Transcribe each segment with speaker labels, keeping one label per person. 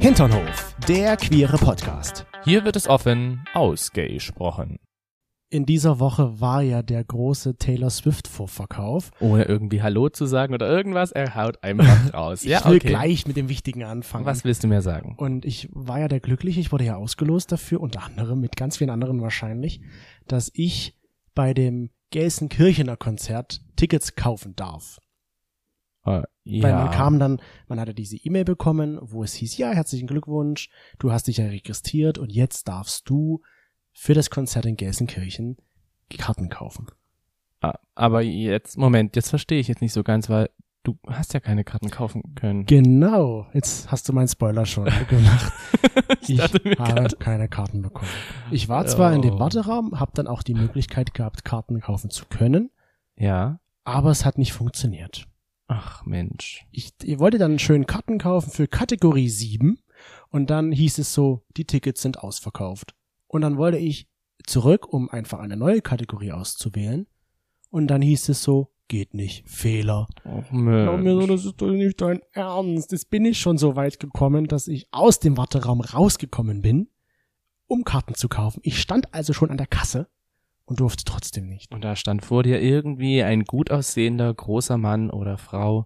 Speaker 1: Hinternhof, der queere Podcast.
Speaker 2: Hier wird es offen ausgesprochen.
Speaker 1: In dieser Woche war ja der große Taylor Swift Vorverkauf.
Speaker 2: Ohne irgendwie Hallo zu sagen oder irgendwas, er haut einfach raus.
Speaker 1: Ich will gleich mit dem Wichtigen anfangen.
Speaker 2: Was willst du mir sagen?
Speaker 1: Und ich war ja der Glückliche, ich wurde ja ausgelost dafür, unter anderem mit ganz vielen anderen wahrscheinlich, dass ich bei dem Gelsenkirchener Konzert Tickets kaufen darf.
Speaker 2: Äh, ja.
Speaker 1: Weil man kam dann, man hatte diese E-Mail bekommen, wo es hieß, ja, herzlichen Glückwunsch, du hast dich ja registriert und jetzt darfst du für das Konzert in Gelsenkirchen Karten kaufen.
Speaker 2: Ah, Aber jetzt, Moment, jetzt verstehe ich jetzt nicht so ganz, weil du hast ja keine Karten kaufen können.
Speaker 1: Genau, jetzt hast du meinen Spoiler schon gemacht.
Speaker 2: Ich
Speaker 1: Ich
Speaker 2: dachte mir
Speaker 1: habe
Speaker 2: gerade-
Speaker 1: keine Karten bekommen. Ich war zwar in dem
Speaker 2: Oh.
Speaker 1: Warteraum, habe dann auch die Möglichkeit gehabt, Karten kaufen zu können,
Speaker 2: Ja.
Speaker 1: aber es hat nicht funktioniert.
Speaker 2: Ach Mensch.
Speaker 1: ich, ich wollte dann schön Karten kaufen für Kategorie 7 und dann hieß es so, die Tickets sind ausverkauft. Und dann wollte ich zurück, um einfach eine neue Kategorie auszuwählen und dann hieß es so, geht nicht, Fehler.
Speaker 2: Oh
Speaker 1: Ich dachte mir so,
Speaker 2: Mensch.
Speaker 1: das ist doch nicht dein Ernst. Jetzt bin ich schon so weit gekommen, dass ich aus dem Warteraum rausgekommen bin, um Karten zu kaufen. Ich stand also schon an der Kasse und durfte trotzdem nicht.
Speaker 2: Und da stand vor dir irgendwie ein gut aussehender großer Mann oder Frau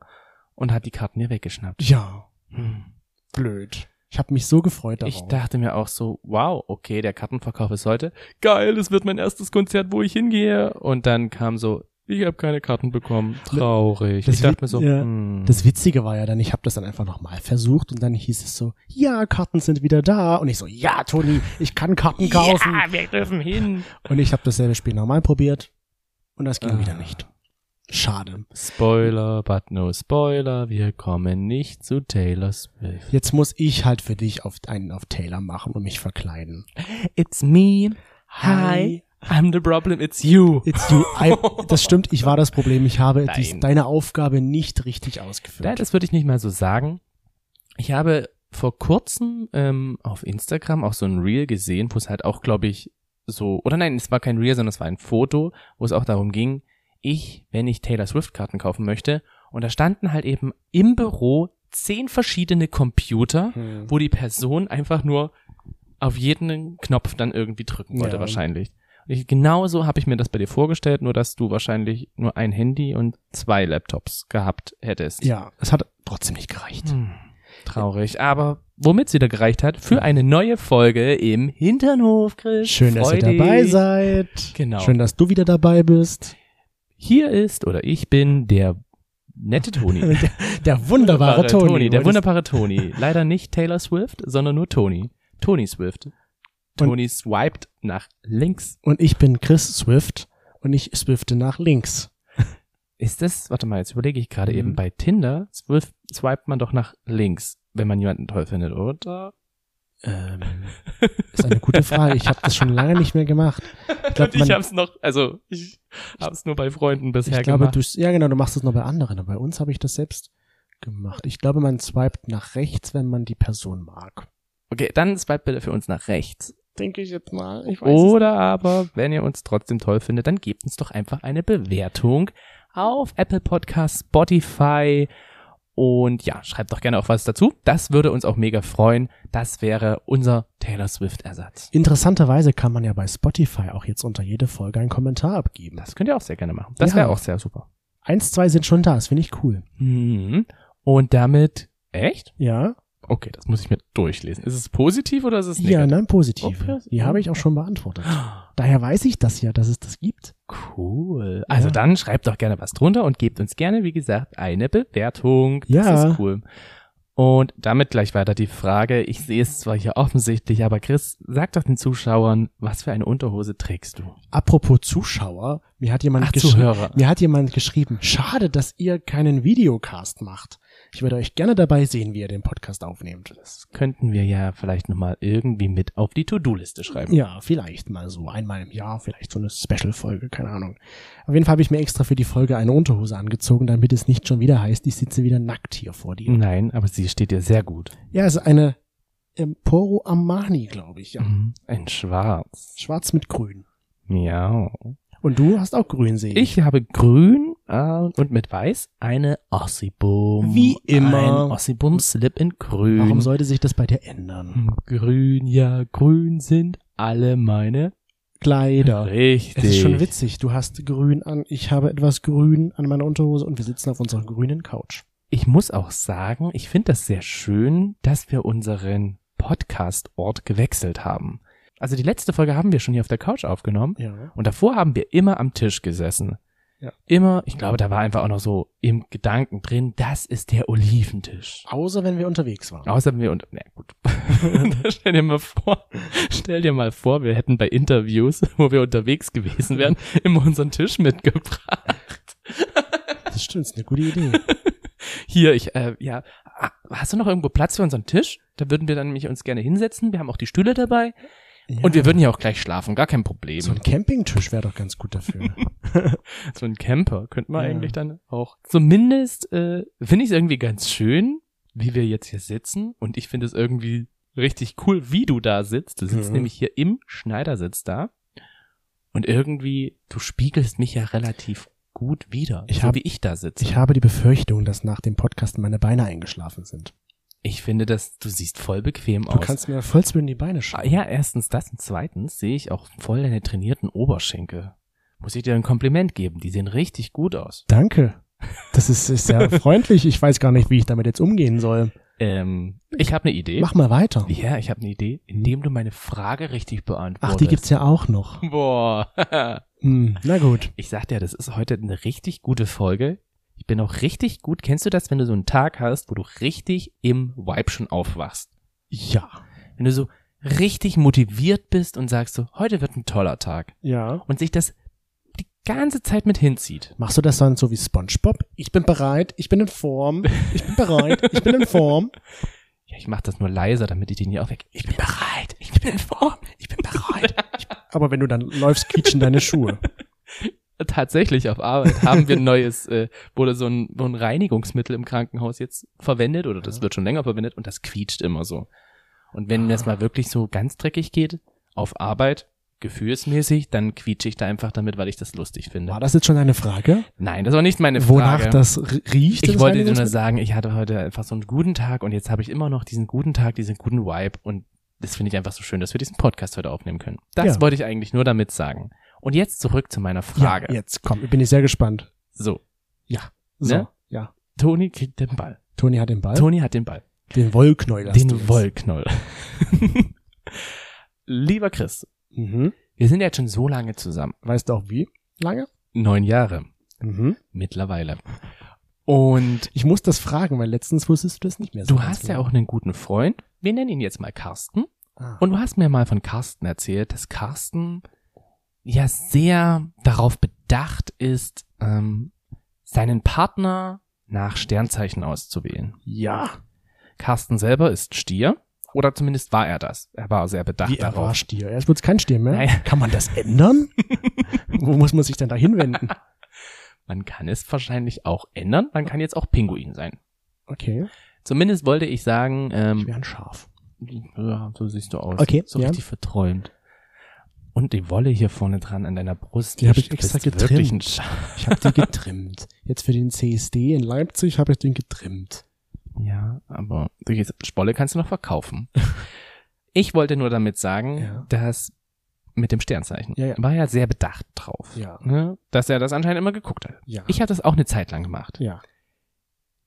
Speaker 2: und hat die Karten dir weggeschnappt.
Speaker 1: Ja,
Speaker 2: Hm.
Speaker 1: blöd. Ich habe mich so gefreut darauf.
Speaker 2: Ich dachte mir auch so, wow, okay, der Kartenverkauf ist heute. Geil, das wird mein erstes Konzert, wo ich hingehe. Und dann kam so, ich habe keine Karten bekommen. Traurig.
Speaker 1: Das
Speaker 2: ich dachte
Speaker 1: wird-
Speaker 2: mir so,
Speaker 1: ja.
Speaker 2: hm.
Speaker 1: Das Witzige war ja dann, ich habe das dann einfach nochmal versucht und dann hieß es so, ja, Karten sind wieder da. Und ich so, ja, Toni, ich kann Karten kaufen.
Speaker 2: Ja, wir dürfen hin.
Speaker 1: Und ich habe dasselbe Spiel nochmal probiert und das ging
Speaker 2: Ah.
Speaker 1: wieder nicht. Schade.
Speaker 2: Spoiler, but no spoiler. Wir kommen nicht zu Taylor Swift.
Speaker 1: Jetzt muss ich halt für dich auf einen auf Taylor machen und mich verkleiden.
Speaker 2: It's me. Hi. I'm the problem. It's you.
Speaker 1: It's you. I, das stimmt, ich war das Problem. Ich habe dies,
Speaker 2: Nein.
Speaker 1: deine Aufgabe nicht richtig
Speaker 2: Nein,
Speaker 1: ausgeführt.
Speaker 2: das würde ich nicht mal so sagen. Ich habe vor kurzem ähm, auf Instagram auch so ein Reel gesehen, wo es halt auch, glaube ich, so, oder nein, es war kein Reel, sondern es war ein Foto, wo es auch darum ging, ich, wenn ich Taylor Swift-Karten kaufen möchte, und da standen halt eben im Büro zehn verschiedene Computer,
Speaker 1: Hm.
Speaker 2: wo die Person einfach nur auf jeden Knopf dann irgendwie drücken wollte,
Speaker 1: Ja.
Speaker 2: wahrscheinlich. Und ich, genauso habe ich mir das bei dir vorgestellt, nur dass du wahrscheinlich nur ein Handy und zwei Laptops gehabt hättest.
Speaker 1: Ja, es hat trotzdem nicht gereicht.
Speaker 2: Hm, Traurig, aber womit es wieder gereicht hat, für eine neue Folge im Hinternhof, Chris.
Speaker 1: Schön, dass
Speaker 2: Freu
Speaker 1: ihr dabei
Speaker 2: dich.
Speaker 1: seid.
Speaker 2: Genau.
Speaker 1: Schön, dass du wieder dabei bist.
Speaker 2: Hier ist, oder ich bin, der nette Toni.
Speaker 1: Der wunderbare Toni. Wolltest-
Speaker 2: der wunderbare Toni. Leider nicht Taylor Swift, sondern nur Toni. Toni Swift. Toni swiped nach links.
Speaker 1: Und ich bin Chris Swift und ich swifte nach links.
Speaker 2: Ist das, warte mal, jetzt überlege ich gerade
Speaker 1: Mhm.
Speaker 2: eben, bei Tinder swift, swiped man doch nach links, wenn man jemanden toll findet, oder?
Speaker 1: Ähm, ist eine gute Frage. Ich habe das schon lange nicht mehr gemacht. Ich, glaub, man,
Speaker 2: hab's noch, also ich hab's nur bei Freunden
Speaker 1: ich glaube, du, ja genau, du machst es nur bei anderen. Aber bei uns habe ich das selbst gemacht. Ich glaube, man swiped nach rechts, wenn man die Person mag.
Speaker 2: Okay, dann swipe bitte für uns nach rechts.
Speaker 1: Denke ich jetzt mal. Ich
Speaker 2: Oder aber, wenn ihr uns trotzdem toll findet, dann gebt uns doch einfach eine Bewertung auf Apple Podcasts, Spotify und ja, schreibt doch gerne auch was dazu. Das würde uns auch mega freuen. Das wäre unser Taylor Swift Ersatz.
Speaker 1: Interessanterweise kann man ja bei Spotify auch jetzt unter jede Folge einen Kommentar abgeben.
Speaker 2: Das könnt ihr auch sehr gerne machen. Das
Speaker 1: Ja.
Speaker 2: wäre auch sehr super.
Speaker 1: Eins, zwei sind schon da. Das finde ich cool.
Speaker 2: Mhm. Und damit, echt?
Speaker 1: Ja?
Speaker 2: Okay, das muss ich mir durchlesen. Ist es positiv oder ist es
Speaker 1: Ja,
Speaker 2: negativ?
Speaker 1: nein, positive.
Speaker 2: Okay.
Speaker 1: Die habe ich auch schon beantwortet. Daher weiß ich das ja, dass es das gibt.
Speaker 2: Cool. Also
Speaker 1: Ja.
Speaker 2: dann schreibt doch gerne was drunter und gebt uns gerne, wie gesagt, eine Bewertung. Das
Speaker 1: Ja.
Speaker 2: ist cool. Und damit gleich weiter die Frage. Ich sehe es zwar hier offensichtlich, aber Chris, sag doch den Zuschauern, was für eine Unterhose trägst du?
Speaker 1: Apropos Zuschauer, mir hat jemand
Speaker 2: Ach,
Speaker 1: geschrieben.
Speaker 2: Zuhörer.
Speaker 1: Mir hat jemand geschrieben, schade, dass ihr keinen Videocast macht. Ich würde euch gerne dabei sehen, wie ihr den Podcast aufnehmt.
Speaker 2: Das könnten wir ja vielleicht nochmal irgendwie mit auf die To-Do-Liste schreiben.
Speaker 1: Ja, vielleicht mal so einmal im Jahr, vielleicht so eine Special-Folge, keine Ahnung. Auf jeden Fall habe ich mir extra für die Folge eine Unterhose angezogen, damit es nicht schon wieder heißt, ich sitze wieder nackt hier vor dir.
Speaker 2: Nein, aber sie steht dir sehr gut.
Speaker 1: Ja, es ist eine Emporo Armani, glaube ich. Ja.
Speaker 2: Mhm. In schwarz.
Speaker 1: Schwarz mit grün.
Speaker 2: Miau.
Speaker 1: Und du hast auch grün, sehe ich.
Speaker 2: Ich habe grün, Arm und mit Weiß eine Ossibum.
Speaker 1: Wie immer.
Speaker 2: Ein Ossibum Slip in Grün. Hm.
Speaker 1: Warum sollte sich das bei dir ändern?
Speaker 2: Grün, ja, grün sind alle meine.
Speaker 1: Kleider.
Speaker 2: Richtig.
Speaker 1: Es ist schon witzig. Du hast grün an, ich habe etwas grün an meiner Unterhose und wir sitzen auf unserer grünen Couch.
Speaker 2: Ich muss auch sagen, ich finde das sehr schön, dass wir unseren Podcast-Ort gewechselt haben. Also die letzte Folge haben wir schon hier auf der Couch aufgenommen.
Speaker 1: Ja.
Speaker 2: Und davor haben wir immer am Tisch gesessen.
Speaker 1: Ja.
Speaker 2: Immer, ich glaube, da war einfach auch noch so im Gedanken drin, das ist der Oliventisch.
Speaker 1: Außer wenn wir unterwegs waren.
Speaker 2: Außer wir und, na gut. stell dir mal vor, stell dir mal vor, wir hätten bei Interviews, wo wir unterwegs gewesen wären, immer unseren Tisch mitgebracht.
Speaker 1: Das stimmt, ist eine gute Idee.
Speaker 2: Hier, ich, äh, ja, ah, hast du noch irgendwo Platz für unseren Tisch? Da würden wir dann nämlich uns gerne hinsetzen. Wir haben auch die Stühle dabei. Und wir würden ja auch gleich schlafen, gar kein Problem.
Speaker 1: so ein Campingtisch wäre doch ganz gut dafür.
Speaker 2: so ein Camper könnte man
Speaker 1: Ja.
Speaker 2: eigentlich dann auch. Zumindest äh, finde ich es irgendwie ganz schön, wie wir jetzt hier sitzen. Und ich finde es irgendwie richtig cool, wie du da sitzt. Du sitzt
Speaker 1: Mhm.
Speaker 2: nämlich hier im Schneidersitz da. Und irgendwie, du spiegelst mich ja relativ gut wieder,
Speaker 1: Ich
Speaker 2: so
Speaker 1: hab-
Speaker 2: wie ich da sitze.
Speaker 1: Ich habe die Befürchtung, dass nach dem Podcast meine Beine eingeschlafen sind.
Speaker 2: ich finde, dass du siehst voll bequem
Speaker 1: Du
Speaker 2: aus.
Speaker 1: kannst mir voll zwischen die Beine
Speaker 2: Ah,
Speaker 1: schauen.
Speaker 2: Ja, erstens das und zweitens sehe ich auch voll deine trainierten Oberschenkel. Muss ich dir ein Kompliment geben, die sehen richtig gut aus.
Speaker 1: Danke. Das ist, ist sehr freundlich. Ich weiß gar nicht, wie ich damit jetzt umgehen soll.
Speaker 2: Ähm, ich habe eine Idee.
Speaker 1: Mach mal weiter.
Speaker 2: Ja, ich habe eine Idee, indem du meine Frage richtig beantwortest.
Speaker 1: Ach, die gibt's ja auch noch.
Speaker 2: Boah.
Speaker 1: Hm, na gut.
Speaker 2: Ich sag dir, das ist heute eine richtig gute Folge. Ich bin auch richtig gut. Kennst du das, wenn du so einen Tag hast, wo du richtig im Vibe schon aufwachst?
Speaker 1: Ja.
Speaker 2: Wenn du so richtig motiviert bist und sagst so, heute wird ein toller Tag
Speaker 1: Ja.
Speaker 2: und sich das die ganze Zeit mit hinzieht.
Speaker 1: Machst du das dann so wie SpongeBob? Ich bin bereit, ich bin in Form, ich bin bereit, ich bin in Form.
Speaker 2: Ja, ich mach das nur leiser, damit ich den hier aufwecke. Ich bin bereit. Ich bin in Form. Ich bin bereit.
Speaker 1: Aber wenn du dann läufst, quietschen deine Schuhe.
Speaker 2: tatsächlich auf Arbeit haben wir ein neues, äh, wurde so ein, so ein Reinigungsmittel im Krankenhaus jetzt verwendet oder das
Speaker 1: Ja.
Speaker 2: wird schon länger verwendet und das quietscht immer so. Und wenn das mal wirklich so ganz dreckig geht, auf Arbeit, gefühlsmäßig, dann quietsche ich da einfach damit, weil ich das lustig finde.
Speaker 1: War das jetzt schon eine Frage?
Speaker 2: Nein, das war nicht meine
Speaker 1: Wonach
Speaker 2: Frage.
Speaker 1: das ri- riecht?
Speaker 2: ich
Speaker 1: das
Speaker 2: wollte dir nur
Speaker 1: Reinigungsmittel?
Speaker 2: sagen, ich hatte heute einfach so einen guten Tag und jetzt habe ich immer noch diesen guten Tag, diesen guten Vibe und das finde ich einfach so schön, dass wir diesen Podcast heute aufnehmen können. Das
Speaker 1: Ja.
Speaker 2: wollte ich eigentlich nur damit sagen. Und jetzt zurück zu meiner Frage.
Speaker 1: Ja, jetzt komm, bin ich sehr gespannt.
Speaker 2: So,
Speaker 1: So,
Speaker 2: Ne?
Speaker 1: ja.
Speaker 2: Toni kriegt den Ball.
Speaker 1: Toni hat den Ball.
Speaker 2: Toni hat den Ball.
Speaker 1: den Wollknäuel. hast du
Speaker 2: Den
Speaker 1: jetzt.
Speaker 2: Wollknoll. Lieber Chris,
Speaker 1: Mhm.
Speaker 2: wir sind ja jetzt schon so lange zusammen.
Speaker 1: Weißt du auch wie? Lange?
Speaker 2: Neun Jahre
Speaker 1: Mhm.
Speaker 2: mittlerweile. Und
Speaker 1: Ich muss das fragen, weil letztens wusstest du das nicht mehr. so
Speaker 2: du
Speaker 1: ganz
Speaker 2: hast ja
Speaker 1: genau.
Speaker 2: auch einen guten Freund. Wir nennen ihn jetzt mal Carsten.
Speaker 1: Ah.
Speaker 2: Und du hast mir mal von Carsten erzählt, dass Carsten ja sehr darauf bedacht ist, ähm, seinen Partner nach Sternzeichen auszuwählen.
Speaker 1: ja.
Speaker 2: Carsten selber ist Stier. Oder zumindest war er das. Er war sehr bedacht
Speaker 1: Wie er
Speaker 2: darauf.
Speaker 1: war Stier. Erst wird's kein Stier mehr.
Speaker 2: Nein.
Speaker 1: Kann man das ändern? Wo muss man sich denn da hinwenden?
Speaker 2: Man kann es wahrscheinlich auch ändern. Man kann jetzt auch Pinguin sein.
Speaker 1: Okay.
Speaker 2: Zumindest wollte ich sagen,
Speaker 1: Ich
Speaker 2: ähm,
Speaker 1: wäre ein Schaf.
Speaker 2: ja, so siehst du aus.
Speaker 1: Okay,
Speaker 2: So
Speaker 1: ja.
Speaker 2: richtig verträumt. Und die Wolle hier vorne dran an deiner Brust.
Speaker 1: Die hab ich
Speaker 2: Du
Speaker 1: extra
Speaker 2: bist wirklich
Speaker 1: getrimmt.
Speaker 2: ein Scha-
Speaker 1: Ich habe die getrimmt. Jetzt für den CSD in Leipzig habe ich den getrimmt.
Speaker 2: Ja, aber die Spolle kannst du noch verkaufen. Ich wollte nur damit sagen,
Speaker 1: Ja.
Speaker 2: dass mit dem Sternzeichen
Speaker 1: Ja, ja.
Speaker 2: war er sehr bedacht drauf.
Speaker 1: Ja.
Speaker 2: Ne? Dass er das anscheinend immer geguckt hat.
Speaker 1: Ja.
Speaker 2: Ich habe das auch eine Zeit lang gemacht.
Speaker 1: ja.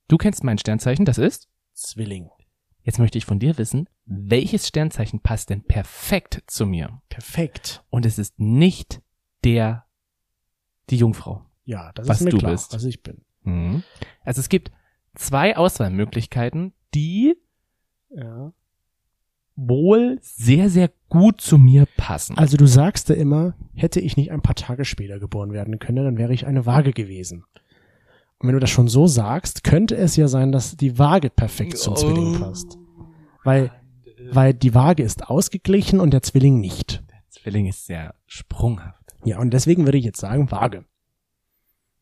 Speaker 2: Du kennst mein Sternzeichen, das ist?
Speaker 1: Zwilling.
Speaker 2: Jetzt möchte ich von dir wissen, welches Sternzeichen passt denn perfekt zu mir?
Speaker 1: Perfekt.
Speaker 2: Und es ist nicht der, die Jungfrau.
Speaker 1: Ja, das
Speaker 2: Was
Speaker 1: ist mir
Speaker 2: du
Speaker 1: klar,
Speaker 2: bist.
Speaker 1: was ich bin.
Speaker 2: Also es gibt zwei Auswahlmöglichkeiten, die
Speaker 1: Ja.
Speaker 2: wohl sehr, sehr gut zu mir passen.
Speaker 1: Also du sagst ja immer, hätte ich nicht ein paar Tage später geboren werden können, dann wäre ich eine Waage gewesen. Und wenn du das schon so sagst, könnte es ja sein, dass die Waage perfekt zum Zwilling passt. Weil, weil die Waage ist ausgeglichen und der Zwilling nicht.
Speaker 2: Zwilling ist sehr sprunghaft.
Speaker 1: Ja, und deswegen würde ich jetzt sagen, Waage.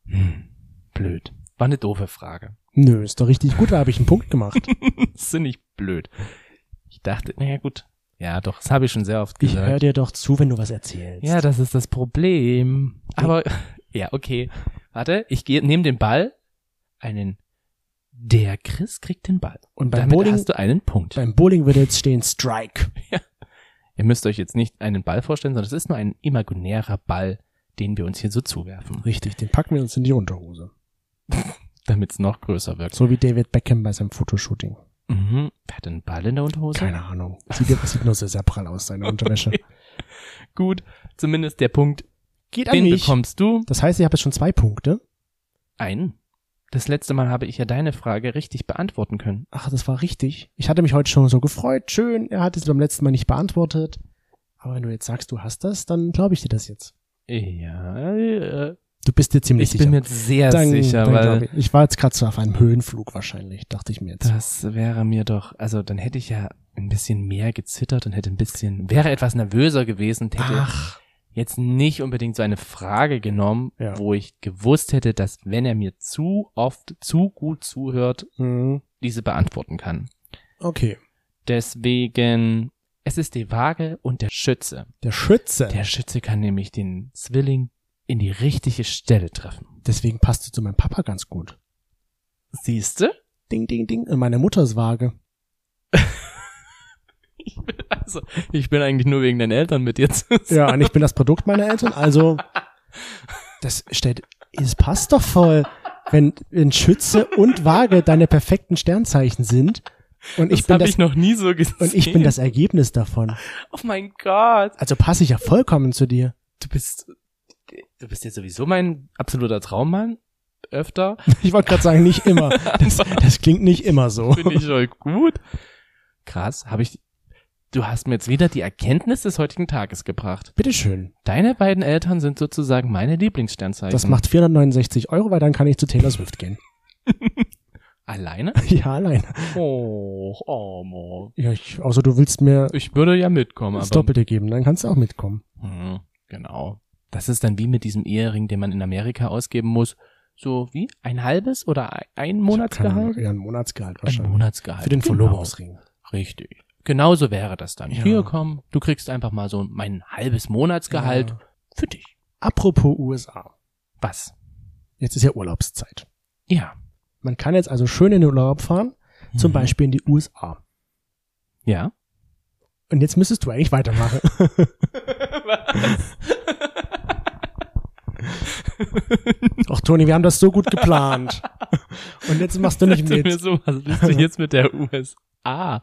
Speaker 2: Hm. Blöd. War eine doofe Frage.
Speaker 1: Nö, ist doch richtig gut, da habe ich einen Punkt gemacht.
Speaker 2: Sinnig blöd. Ich dachte, naja gut. Ja doch, das habe ich schon sehr oft
Speaker 1: Ich
Speaker 2: gesagt.
Speaker 1: höre dir doch zu, wenn du was erzählst.
Speaker 2: Ja, das ist das Problem. Aber Ja, okay. Warte, ich gehe, nehme den Ball, einen, der Chris kriegt den Ball.
Speaker 1: Und beim
Speaker 2: Damit
Speaker 1: Bowling,
Speaker 2: hast du einen Punkt.
Speaker 1: beim Bowling würde jetzt stehen Strike.
Speaker 2: Ihr müsst euch jetzt nicht einen Ball vorstellen, sondern es ist nur ein imaginärer Ball, den wir uns hier so zuwerfen,
Speaker 1: Richtig, den packen wir uns in die Unterhose.
Speaker 2: damit es noch größer wirkt.
Speaker 1: So wie David Beckham bei seinem Fotoshooting.
Speaker 2: Mhm. Wer hat einen Ball in der Unterhose?
Speaker 1: Keine Ahnung. Sieht, sieht nur sehr, sehr prall aus, seine Unterwäsche.
Speaker 2: Gut, zumindest der Punkt,
Speaker 1: Geht
Speaker 2: den bekommst du.
Speaker 1: Das heißt, ich habe jetzt schon zwei Punkte.
Speaker 2: Einen. Das letzte Mal habe ich ja deine Frage richtig beantworten können.
Speaker 1: Ach, das war richtig. Ich hatte mich heute schon so gefreut. Schön, er hat es beim letzten Mal nicht beantwortet. Aber wenn du jetzt sagst, du hast das, dann glaube ich dir das jetzt.
Speaker 2: Ja, äh,
Speaker 1: Du bist dir ziemlich
Speaker 2: ich
Speaker 1: sicher.
Speaker 2: bin mir sehr
Speaker 1: dann,
Speaker 2: sicher,
Speaker 1: dann
Speaker 2: weil
Speaker 1: glaub ich. ich war jetzt gerade so auf einem Höhenflug wahrscheinlich, dachte ich mir jetzt.
Speaker 2: das wäre mir doch, also dann hätte ich ja ein bisschen mehr gezittert und hätte ein bisschen, wäre etwas nervöser gewesen, und hätte
Speaker 1: Ach,
Speaker 2: jetzt nicht unbedingt so eine Frage genommen,
Speaker 1: Ja.
Speaker 2: wo ich gewusst hätte, dass wenn er mir zu oft, zu gut zuhört,
Speaker 1: mhm.
Speaker 2: diese beantworten kann.
Speaker 1: okay.
Speaker 2: Deswegen, es ist die Waage und der Schütze.
Speaker 1: Der Schütze.
Speaker 2: Der Schütze kann nämlich den Zwilling in die richtige Stelle treffen.
Speaker 1: Deswegen passt du zu meinem Papa ganz gut.
Speaker 2: Siehste?
Speaker 1: Ding, ding, ding. In meiner Mutters Waage.
Speaker 2: Also, ich bin eigentlich nur wegen deinen Eltern mit jetzt.
Speaker 1: Ja, und ich bin das Produkt meiner Eltern, also das stellt, es passt doch voll, wenn, wenn Schütze und Waage deine perfekten Sternzeichen sind und ich
Speaker 2: das
Speaker 1: bin
Speaker 2: habe
Speaker 1: das
Speaker 2: ich noch nie so gesehen.
Speaker 1: und ich bin das Ergebnis davon.
Speaker 2: Oh mein Gott.
Speaker 1: Also passe ich ja vollkommen zu dir.
Speaker 2: Du bist, du bist ja sowieso mein absoluter Traummann. Öfter.
Speaker 1: Ich wollte gerade sagen, nicht immer. Das, das klingt nicht immer so.
Speaker 2: Finde ich voll gut. Krass, habe ich. Du hast mir jetzt wieder die Erkenntnis des heutigen Tages gebracht.
Speaker 1: Bitteschön.
Speaker 2: Deine beiden Eltern sind sozusagen meine Lieblingssternzeichen.
Speaker 1: Das macht 469 Euro, weil dann kann ich zu Taylor Swift gehen.
Speaker 2: alleine?
Speaker 1: Ja, alleine.
Speaker 2: Oh, oh,
Speaker 1: Ja, ich, außer du willst mir
Speaker 2: Ich würde ja mitkommen,
Speaker 1: das
Speaker 2: aber.
Speaker 1: Doppelte geben, dann kannst du auch mitkommen.
Speaker 2: Hm, genau. Das ist dann wie mit diesem Ehering, den man in Amerika ausgeben muss. So wie ein halbes oder ein- ein Monatsgehalt?
Speaker 1: Ja, ein Monatsgehalt
Speaker 2: Ein
Speaker 1: wahrscheinlich.
Speaker 2: Monatsgehalt.
Speaker 1: Für den
Speaker 2: genau.
Speaker 1: Verlobungsring.
Speaker 2: Richtig. Genauso wäre das dann.
Speaker 1: Ja.
Speaker 2: Hier komm, du kriegst einfach mal so mein halbes Monatsgehalt
Speaker 1: Ja.
Speaker 2: für dich.
Speaker 1: Genau. Apropos USA.
Speaker 2: Was?
Speaker 1: Jetzt ist ja Urlaubszeit.
Speaker 2: Ja.
Speaker 1: Man kann jetzt also schön in den Urlaub fahren, zum
Speaker 2: Mhm.
Speaker 1: Beispiel in die USA.
Speaker 2: Ja.
Speaker 1: Und jetzt müsstest du eigentlich weitermachen. Ach Toni, wir haben das so gut geplant. Und jetzt machst du nicht
Speaker 2: Dachte mir
Speaker 1: mit.
Speaker 2: so, was willst du jetzt mit der USA?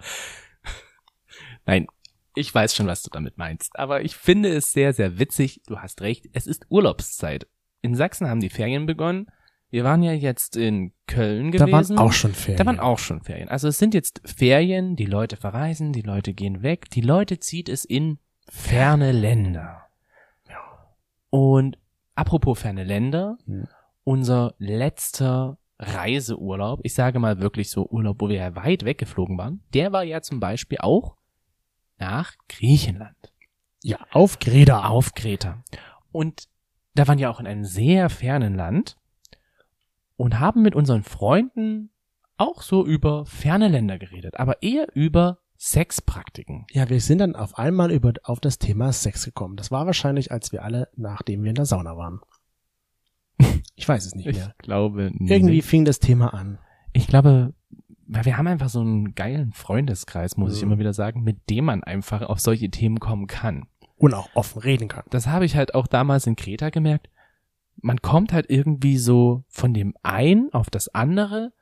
Speaker 2: Nein, ich weiß schon, was du damit meinst. Aber ich finde es sehr, sehr witzig. Du hast recht. Es ist Urlaubszeit. In Sachsen haben die Ferien begonnen. Wir waren ja jetzt in Köln
Speaker 1: Da
Speaker 2: gewesen.
Speaker 1: waren auch schon Ferien.
Speaker 2: Da waren auch schon Ferien. Also es sind jetzt Ferien, die Leute verreisen, die Leute gehen weg, die Leute zieht es in ferne Länder. Und apropos ferne Länder,
Speaker 1: Hm.
Speaker 2: unser letzter Reiseurlaub, ich sage mal wirklich so Urlaub, wo wir ja weit weggeflogen waren, der war ja zum Beispiel auch nach Griechenland
Speaker 1: Ja, auf Greta.
Speaker 2: auf Kreta. Und da waren wir auch in einem sehr fernen Land und haben mit unseren Freunden auch so über ferne Länder geredet, aber eher über Sexpraktiken.
Speaker 1: Ja, wir sind dann auf einmal über, auf das Thema Sex gekommen. Das war wahrscheinlich, als wir alle, nachdem wir in der Sauna waren. Ich weiß es nicht mehr.
Speaker 2: glaube
Speaker 1: Irgendwie fing das Thema an.
Speaker 2: Ich glaube, weil wir haben einfach so einen geilen Freundeskreis, muss ich
Speaker 1: Mhm.
Speaker 2: immer wieder sagen, mit dem man einfach auf solche Themen kommen kann.
Speaker 1: Und auch offen reden kann.
Speaker 2: das habe ich halt auch damals in Kreta gemerkt, man kommt halt irgendwie so von dem einen auf das andere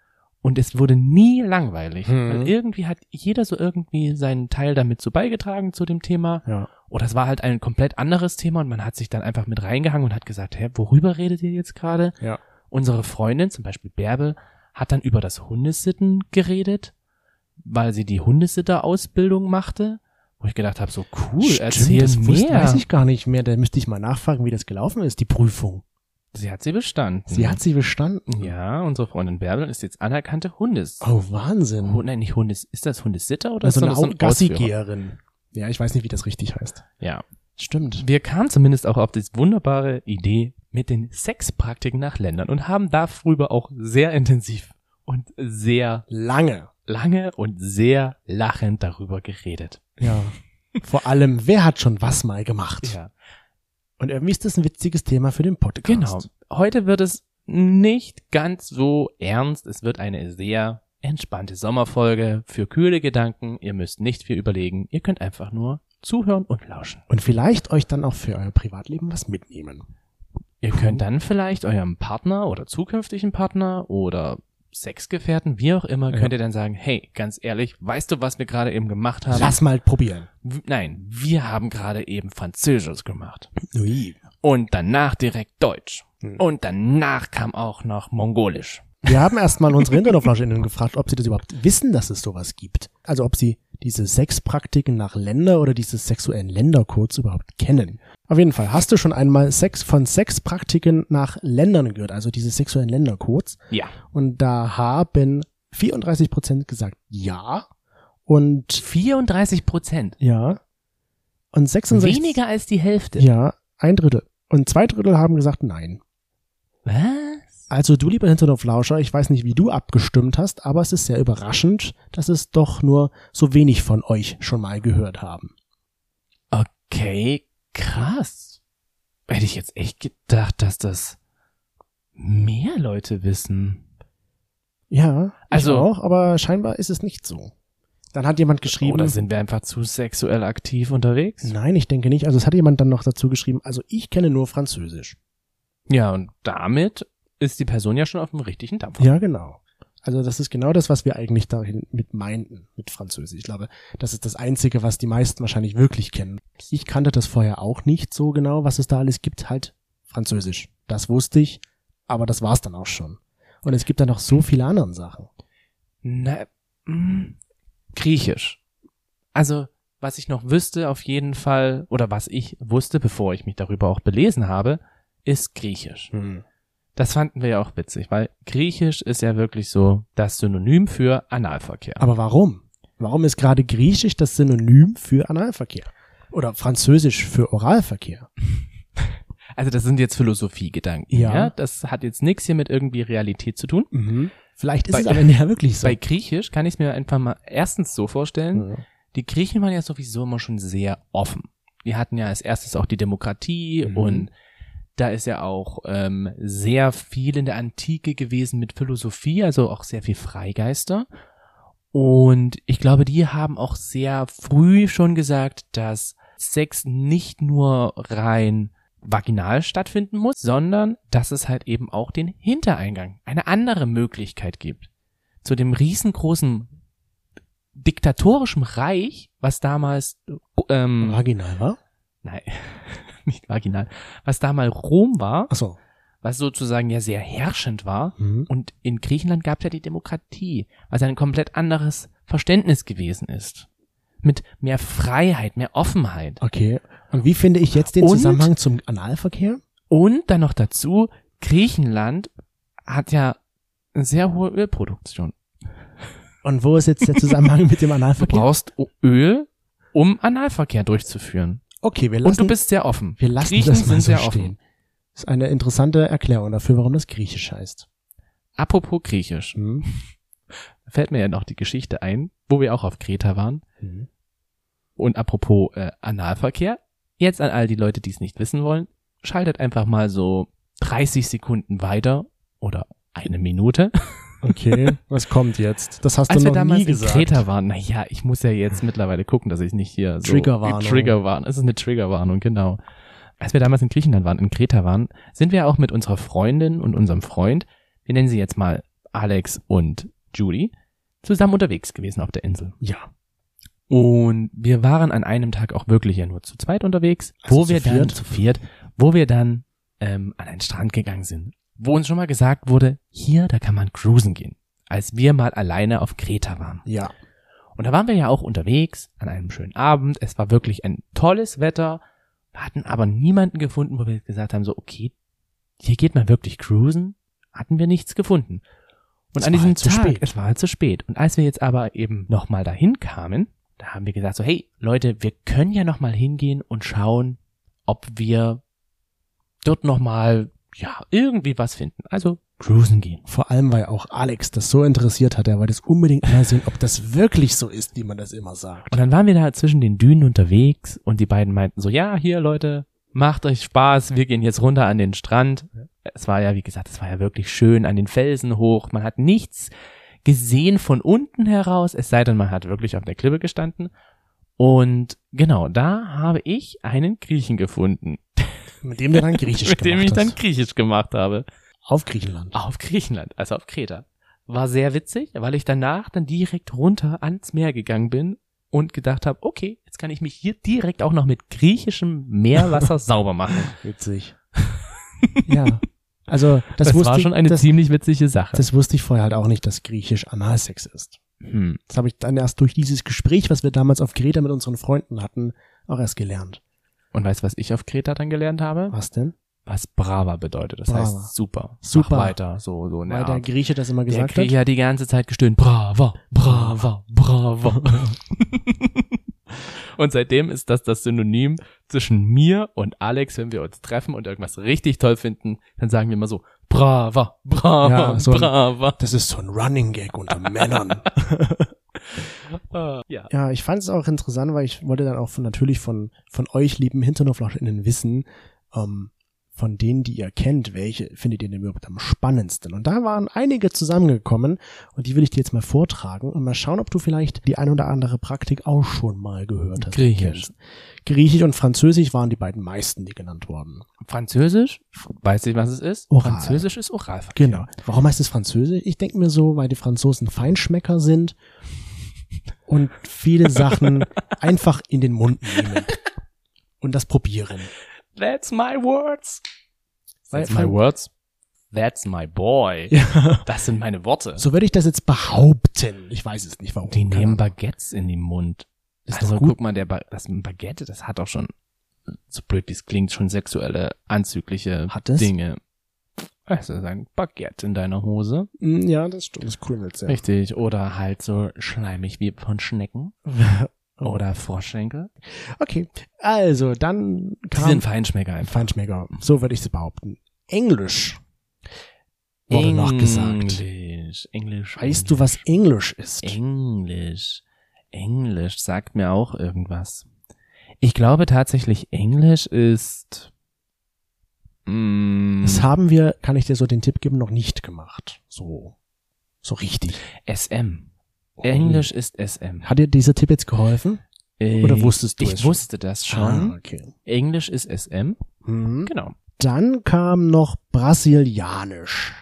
Speaker 2: und es wurde nie langweilig.
Speaker 1: Hm.
Speaker 2: Weil irgendwie hat jeder so irgendwie seinen Teil damit so beigetragen zu dem Thema.
Speaker 1: Ja.
Speaker 2: Oder es war halt ein komplett anderes Thema und man hat sich dann einfach mit reingehangen und hat gesagt, hä, worüber redet ihr jetzt gerade?
Speaker 1: Ja.
Speaker 2: Unsere Freundin, zum Beispiel Bärbel, hat dann über das Hundesitten geredet, weil sie die Hundesitter-Ausbildung machte. Wo ich gedacht habe, so cool,
Speaker 1: Stimmt,
Speaker 2: Uh, erzähl
Speaker 1: das wusste-
Speaker 2: mehr.
Speaker 1: weiß ich gar nicht mehr. Da müsste ich mal nachfragen, wie das gelaufen ist, die Prüfung.
Speaker 2: Sie hat sie bestanden.
Speaker 1: Sie hat sie bestanden.
Speaker 2: Mhm. Ja, unsere Freundin Bärbel ist jetzt anerkannte Hundes.
Speaker 1: Oh, Wahnsinn.
Speaker 2: Hund- Nein, nicht Hundes. Ist das Hundesitter oder
Speaker 1: also
Speaker 2: ist
Speaker 1: eine
Speaker 2: das so
Speaker 1: Au-
Speaker 2: ein Ausführer?
Speaker 1: Gassigeherin. Ja, ich weiß nicht, wie das richtig heißt.
Speaker 2: Ja.
Speaker 1: Stimmt.
Speaker 2: Wir kamen zumindest auch auf diese wunderbare Idee mit den Sexpraktiken nach Ländern und haben darüber auch sehr intensiv und sehr
Speaker 1: Lange.
Speaker 2: lange und sehr lachend darüber geredet.
Speaker 1: Ja. Vor allem, wer hat schon was mal gemacht?
Speaker 2: Ja.
Speaker 1: Und irgendwie ist das ein witziges Thema für den Podcast.
Speaker 2: Genau. Heute wird es nicht ganz so ernst. Es wird eine sehr entspannte Sommerfolge für kühle Gedanken. Ihr müsst nicht viel überlegen. Ihr könnt einfach nur zuhören und lauschen.
Speaker 1: Und vielleicht euch dann auch für euer Privatleben was mitnehmen.
Speaker 2: Ihr könnt dann vielleicht eurem Partner oder zukünftigen Partner oder Sexgefährten, wie auch immer,
Speaker 1: Ja.
Speaker 2: könnt ihr dann sagen, hey, ganz ehrlich, weißt du, was wir gerade eben gemacht haben?
Speaker 1: Lass mal probieren.
Speaker 2: W- Nein, wir haben gerade eben Französisch gemacht.
Speaker 1: Ui.
Speaker 2: Und danach direkt Deutsch.
Speaker 1: Hm.
Speaker 2: Und danach kam auch noch Mongolisch.
Speaker 1: Wir haben erstmal unsere Internetflascheninnen gefragt, ob sie das überhaupt wissen, dass es sowas gibt. Also ob sie diese Sexpraktiken nach Länder oder diese sexuellen Ländercodes überhaupt kennen. Auf jeden Fall, hast du schon einmal Sex von Sexpraktiken nach Ländern gehört, also diese sexuellen Ländercodes?
Speaker 2: Ja.
Speaker 1: Und da haben 34% gesagt ja und
Speaker 2: 34 Prozent.
Speaker 1: ja und 66
Speaker 2: Weniger als die Hälfte.
Speaker 1: ja, ein Drittel und zwei Drittel haben gesagt nein.
Speaker 2: Was?
Speaker 1: Also du lieber Hinterhoflauscher, ich weiß nicht, wie du abgestimmt hast, aber es ist sehr überraschend, dass es doch nur so wenig von euch schon mal gehört haben.
Speaker 2: Okay, krass. Hätte ich jetzt echt gedacht, dass das mehr Leute wissen.
Speaker 1: Ja, also
Speaker 2: Also-
Speaker 1: ich auch, aber scheinbar ist es nicht so. Dann hat jemand geschrieben,
Speaker 2: Oder sind wir einfach zu sexuell aktiv unterwegs?
Speaker 1: nein, ich denke nicht. Also es hat jemand dann noch dazu geschrieben, also ich kenne nur Französisch.
Speaker 2: Ja, und damit ist die Person ja schon auf dem richtigen Dampfer.
Speaker 1: Ja, genau. Also das ist genau das, was wir eigentlich dahin mit meinten, mit Französisch. Ich glaube, das ist das Einzige, was die meisten wahrscheinlich wirklich kennen. Ich kannte das vorher auch nicht so genau, was es da alles gibt, halt Französisch. Das wusste ich, aber das war's dann auch schon. Und es gibt dann noch so viele andere Sachen.
Speaker 2: Na, mh, Griechisch. Also, was ich noch wüsste auf jeden Fall, oder was ich wusste, bevor ich mich darüber auch belesen habe, ist Griechisch. Das fanden wir ja auch witzig, weil Griechisch ist ja wirklich so das Synonym für Analverkehr.
Speaker 1: Aber warum? Warum ist gerade Griechisch das Synonym für Analverkehr? Oder Französisch für Oralverkehr?
Speaker 2: Also das sind jetzt Philosophiegedanken.
Speaker 1: Ja.
Speaker 2: Ja. Das hat jetzt nichts hier mit irgendwie Realität zu tun.
Speaker 1: Vielleicht ist
Speaker 2: Mhm. Bei-
Speaker 1: es aber ja wirklich so.
Speaker 2: Bei Griechisch kann ich es mir einfach mal erstens so vorstellen.
Speaker 1: Mhm.
Speaker 2: Die Griechen waren ja sowieso immer schon sehr offen. Die hatten ja als erstes auch die Demokratie
Speaker 1: Mhm.
Speaker 2: und da ist ja auch ähm, sehr viel in der Antike gewesen mit Philosophie, also auch sehr viel Freigeister. Und ich glaube, die haben auch sehr früh schon gesagt, dass Sex nicht nur rein vaginal stattfinden muss, sondern dass es halt eben auch den Hintereingang, eine andere Möglichkeit gibt. Zu dem riesengroßen diktatorischen Reich, was damals ähm,
Speaker 1: Vaginal, Hm. wa?
Speaker 2: nein, nicht vaginal, was damals Rom war,
Speaker 1: Ach so.
Speaker 2: was sozusagen ja sehr herrschend war.
Speaker 1: Mhm.
Speaker 2: Und in Griechenland gab es ja die Demokratie, was ein komplett anderes Verständnis gewesen ist. Mit mehr Freiheit, mehr Offenheit.
Speaker 1: Okay. Und wie finde ich jetzt den
Speaker 2: Und-
Speaker 1: Zusammenhang zum Analverkehr?
Speaker 2: Und dann noch dazu, Griechenland hat ja eine sehr hohe Ölproduktion.
Speaker 1: Und wo ist jetzt der Zusammenhang mit dem
Speaker 2: Du
Speaker 1: Analverkehr?
Speaker 2: brauchst O- Öl, um Analverkehr durchzuführen.
Speaker 1: Okay, wir
Speaker 2: Und
Speaker 1: lassen,
Speaker 2: du bist sehr offen.
Speaker 1: wir lassen
Speaker 2: Griechen
Speaker 1: das mal
Speaker 2: sind
Speaker 1: so
Speaker 2: sehr
Speaker 1: stehen.
Speaker 2: offen.
Speaker 1: Das ist eine interessante Erklärung dafür, warum das Griechisch heißt.
Speaker 2: Apropos Griechisch.
Speaker 1: Hm?
Speaker 2: fällt mir ja noch die Geschichte ein, wo wir auch auf Kreta waren.
Speaker 1: Mhm.
Speaker 2: Und apropos äh, Analverkehr, jetzt an all die Leute, die es nicht wissen wollen, schaltet einfach mal so 30 Sekunden weiter oder eine Minute.
Speaker 1: Okay, was kommt jetzt? Das hast
Speaker 2: Als
Speaker 1: du
Speaker 2: wir
Speaker 1: noch
Speaker 2: damals
Speaker 1: nie
Speaker 2: in
Speaker 1: gesagt.
Speaker 2: Kreta waren, naja, ich muss ja jetzt mittlerweile gucken, dass ich nicht hier so
Speaker 1: Triggerwarnung.
Speaker 2: Triggerwarnung. Es ist eine Triggerwarnung, genau. Als wir damals in Griechenland waren, in Kreta waren, sind wir auch mit unserer Freundin und unserem Freund, wir nennen sie jetzt mal Alex und Judy, zusammen unterwegs gewesen auf der Insel.
Speaker 1: Ja.
Speaker 2: Und wir waren an einem Tag auch wirklich ja nur zu zweit unterwegs,
Speaker 1: Also
Speaker 2: wo
Speaker 1: zu
Speaker 2: wir dann
Speaker 1: viert?
Speaker 2: zu viert, wo wir dann ähm, an einen Strand gegangen sind, wo uns schon mal gesagt wurde, hier, da kann man cruisen gehen, als wir mal alleine auf Kreta waren.
Speaker 1: Ja.
Speaker 2: Und da waren wir ja auch unterwegs an einem schönen Abend. Es war wirklich ein tolles Wetter. Wir hatten aber niemanden gefunden, wo wir gesagt haben, so, okay, hier geht man wirklich cruisen. Hatten wir nichts gefunden. Und
Speaker 1: Es war
Speaker 2: an diesem
Speaker 1: halt zu
Speaker 2: Tag,
Speaker 1: spät.
Speaker 2: es war halt zu spät. Und als wir jetzt aber eben nochmal dahin kamen, da haben wir gesagt, so, hey, Leute, wir können ja nochmal hingehen und schauen, ob wir dort nochmal, ja, irgendwie was finden. Also, cruisen gehen.
Speaker 1: Vor allem, weil auch Alex das so interessiert hat. Er wollte es unbedingt mal sehen, ob das wirklich so ist, wie man das immer sagt.
Speaker 2: Und dann waren wir da zwischen den Dünen unterwegs und die beiden meinten so, ja, hier Leute, macht euch Spaß, wir gehen jetzt runter an den Strand. Es war ja, wie gesagt, es war ja wirklich schön an den Felsen hoch. Man hat nichts gesehen von unten heraus, es sei denn, man hat wirklich auf der Klippe gestanden. Und genau, da habe ich einen Griechen gefunden,
Speaker 1: Mit dem du dann Griechisch
Speaker 2: mit dem ich
Speaker 1: gemacht
Speaker 2: dann
Speaker 1: hast.
Speaker 2: Griechisch gemacht habe.
Speaker 1: Auf Griechenland.
Speaker 2: Auf Griechenland, also auf Kreta. War sehr witzig, weil ich danach dann direkt runter ans Meer gegangen bin und gedacht habe, okay, jetzt kann ich mich hier direkt auch noch mit griechischem Meerwasser sauber machen.
Speaker 1: Witzig. ja. Also, das,
Speaker 2: Das,
Speaker 1: wusste
Speaker 2: war schon eine
Speaker 1: ich, das,
Speaker 2: ziemlich witzige Sache.
Speaker 1: das wusste ich vorher halt auch nicht, dass Griechisch Analsex ist.
Speaker 2: hm.
Speaker 1: Das habe ich dann erst durch dieses Gespräch, was wir damals auf Kreta mit unseren Freunden hatten, auch erst gelernt.
Speaker 2: Und weißt du, was ich auf Kreta dann gelernt habe?
Speaker 1: Was denn?
Speaker 2: Was brava bedeutet. Das
Speaker 1: Brava.
Speaker 2: heißt super.
Speaker 1: Super.
Speaker 2: Mach weiter. So, so eine
Speaker 1: Weil der
Speaker 2: Art.
Speaker 1: Grieche das immer
Speaker 2: Der
Speaker 1: gesagt hat.
Speaker 2: Krieger hat die ganze Zeit gestöhnt. Brava, brava, brava. und seitdem ist das das Synonym zwischen mir und Alex, wenn wir uns treffen und irgendwas richtig toll finden, dann sagen wir immer so, brava, brava,
Speaker 1: Ja, so ein-
Speaker 2: brava.
Speaker 1: Das ist so ein Running Gag unter Männern.
Speaker 2: Ja.
Speaker 1: Ja, ich fand es auch interessant, weil ich wollte dann auch von, natürlich von, von euch, lieben HinternoflauscherInnen, wissen, ähm, von denen, die ihr kennt, welche findet ihr denn überhaupt am spannendsten? Und da waren einige zusammengekommen und die will ich dir jetzt mal vortragen und mal schauen, ob du vielleicht die ein oder andere Praktik auch schon mal gehört hast.
Speaker 2: Griechisch.
Speaker 1: Griechisch und Französisch waren die beiden meisten, die genannt wurden.
Speaker 2: Französisch, weiß ich, was es ist.
Speaker 1: Oral.
Speaker 2: Französisch ist Oralverkehr.
Speaker 1: Genau. Warum heißt es Französisch? Ich denke mir so, weil die Franzosen Feinschmecker sind und viele Sachen einfach in den Mund nehmen und das probieren.
Speaker 2: That's my words.
Speaker 1: Weil
Speaker 2: That's my
Speaker 1: Fran-
Speaker 2: words. That's my boy.
Speaker 1: Ja.
Speaker 2: Das sind meine Worte. Genau.
Speaker 1: So würde ich das jetzt behaupten. Ich weiß es nicht, warum.
Speaker 2: Die
Speaker 1: Keine
Speaker 2: nehmen
Speaker 1: Ahnung.
Speaker 2: Baguettes in den Mund.
Speaker 1: Ist
Speaker 2: also
Speaker 1: doch gut.
Speaker 2: guck mal, der ba das Baguette, das hat auch schon, so blöd wie es klingt, schon sexuelle, anzügliche
Speaker 1: Hat es?
Speaker 2: Dinge. Also ein Baguette in deiner Hose.
Speaker 1: Mm, Ja, das stimmt. Das krümelt sehr.
Speaker 2: Richtig. Oder halt so schleimig wie von Schnecken. Oder Froschschenkel.
Speaker 1: Okay. Also, dann
Speaker 2: Die
Speaker 1: kam
Speaker 2: sind Feinschmecker einfach.
Speaker 1: Feinschmecker. So würde ich es behaupten. Englisch. Wurde noch gesagt.
Speaker 2: Englisch. Englisch.
Speaker 1: Weißt du, was Englisch ist?
Speaker 2: Englisch. Englisch sagt mir auch irgendwas. Ich glaube tatsächlich, Englisch ist. Mm,
Speaker 1: Das haben wir, kann ich dir so den Tipp geben, noch nicht gemacht. So. So richtig.
Speaker 2: SM. Englisch ist SM.
Speaker 1: Hat dir dieser Tipp jetzt geholfen? Oder
Speaker 2: Ich-
Speaker 1: wusstest du
Speaker 2: Ich
Speaker 1: es schon?
Speaker 2: wusste das schon.
Speaker 1: Ah, okay.
Speaker 2: Englisch ist SM.
Speaker 1: Mhm.
Speaker 2: Genau.
Speaker 1: Dann kam noch Brasilianisch.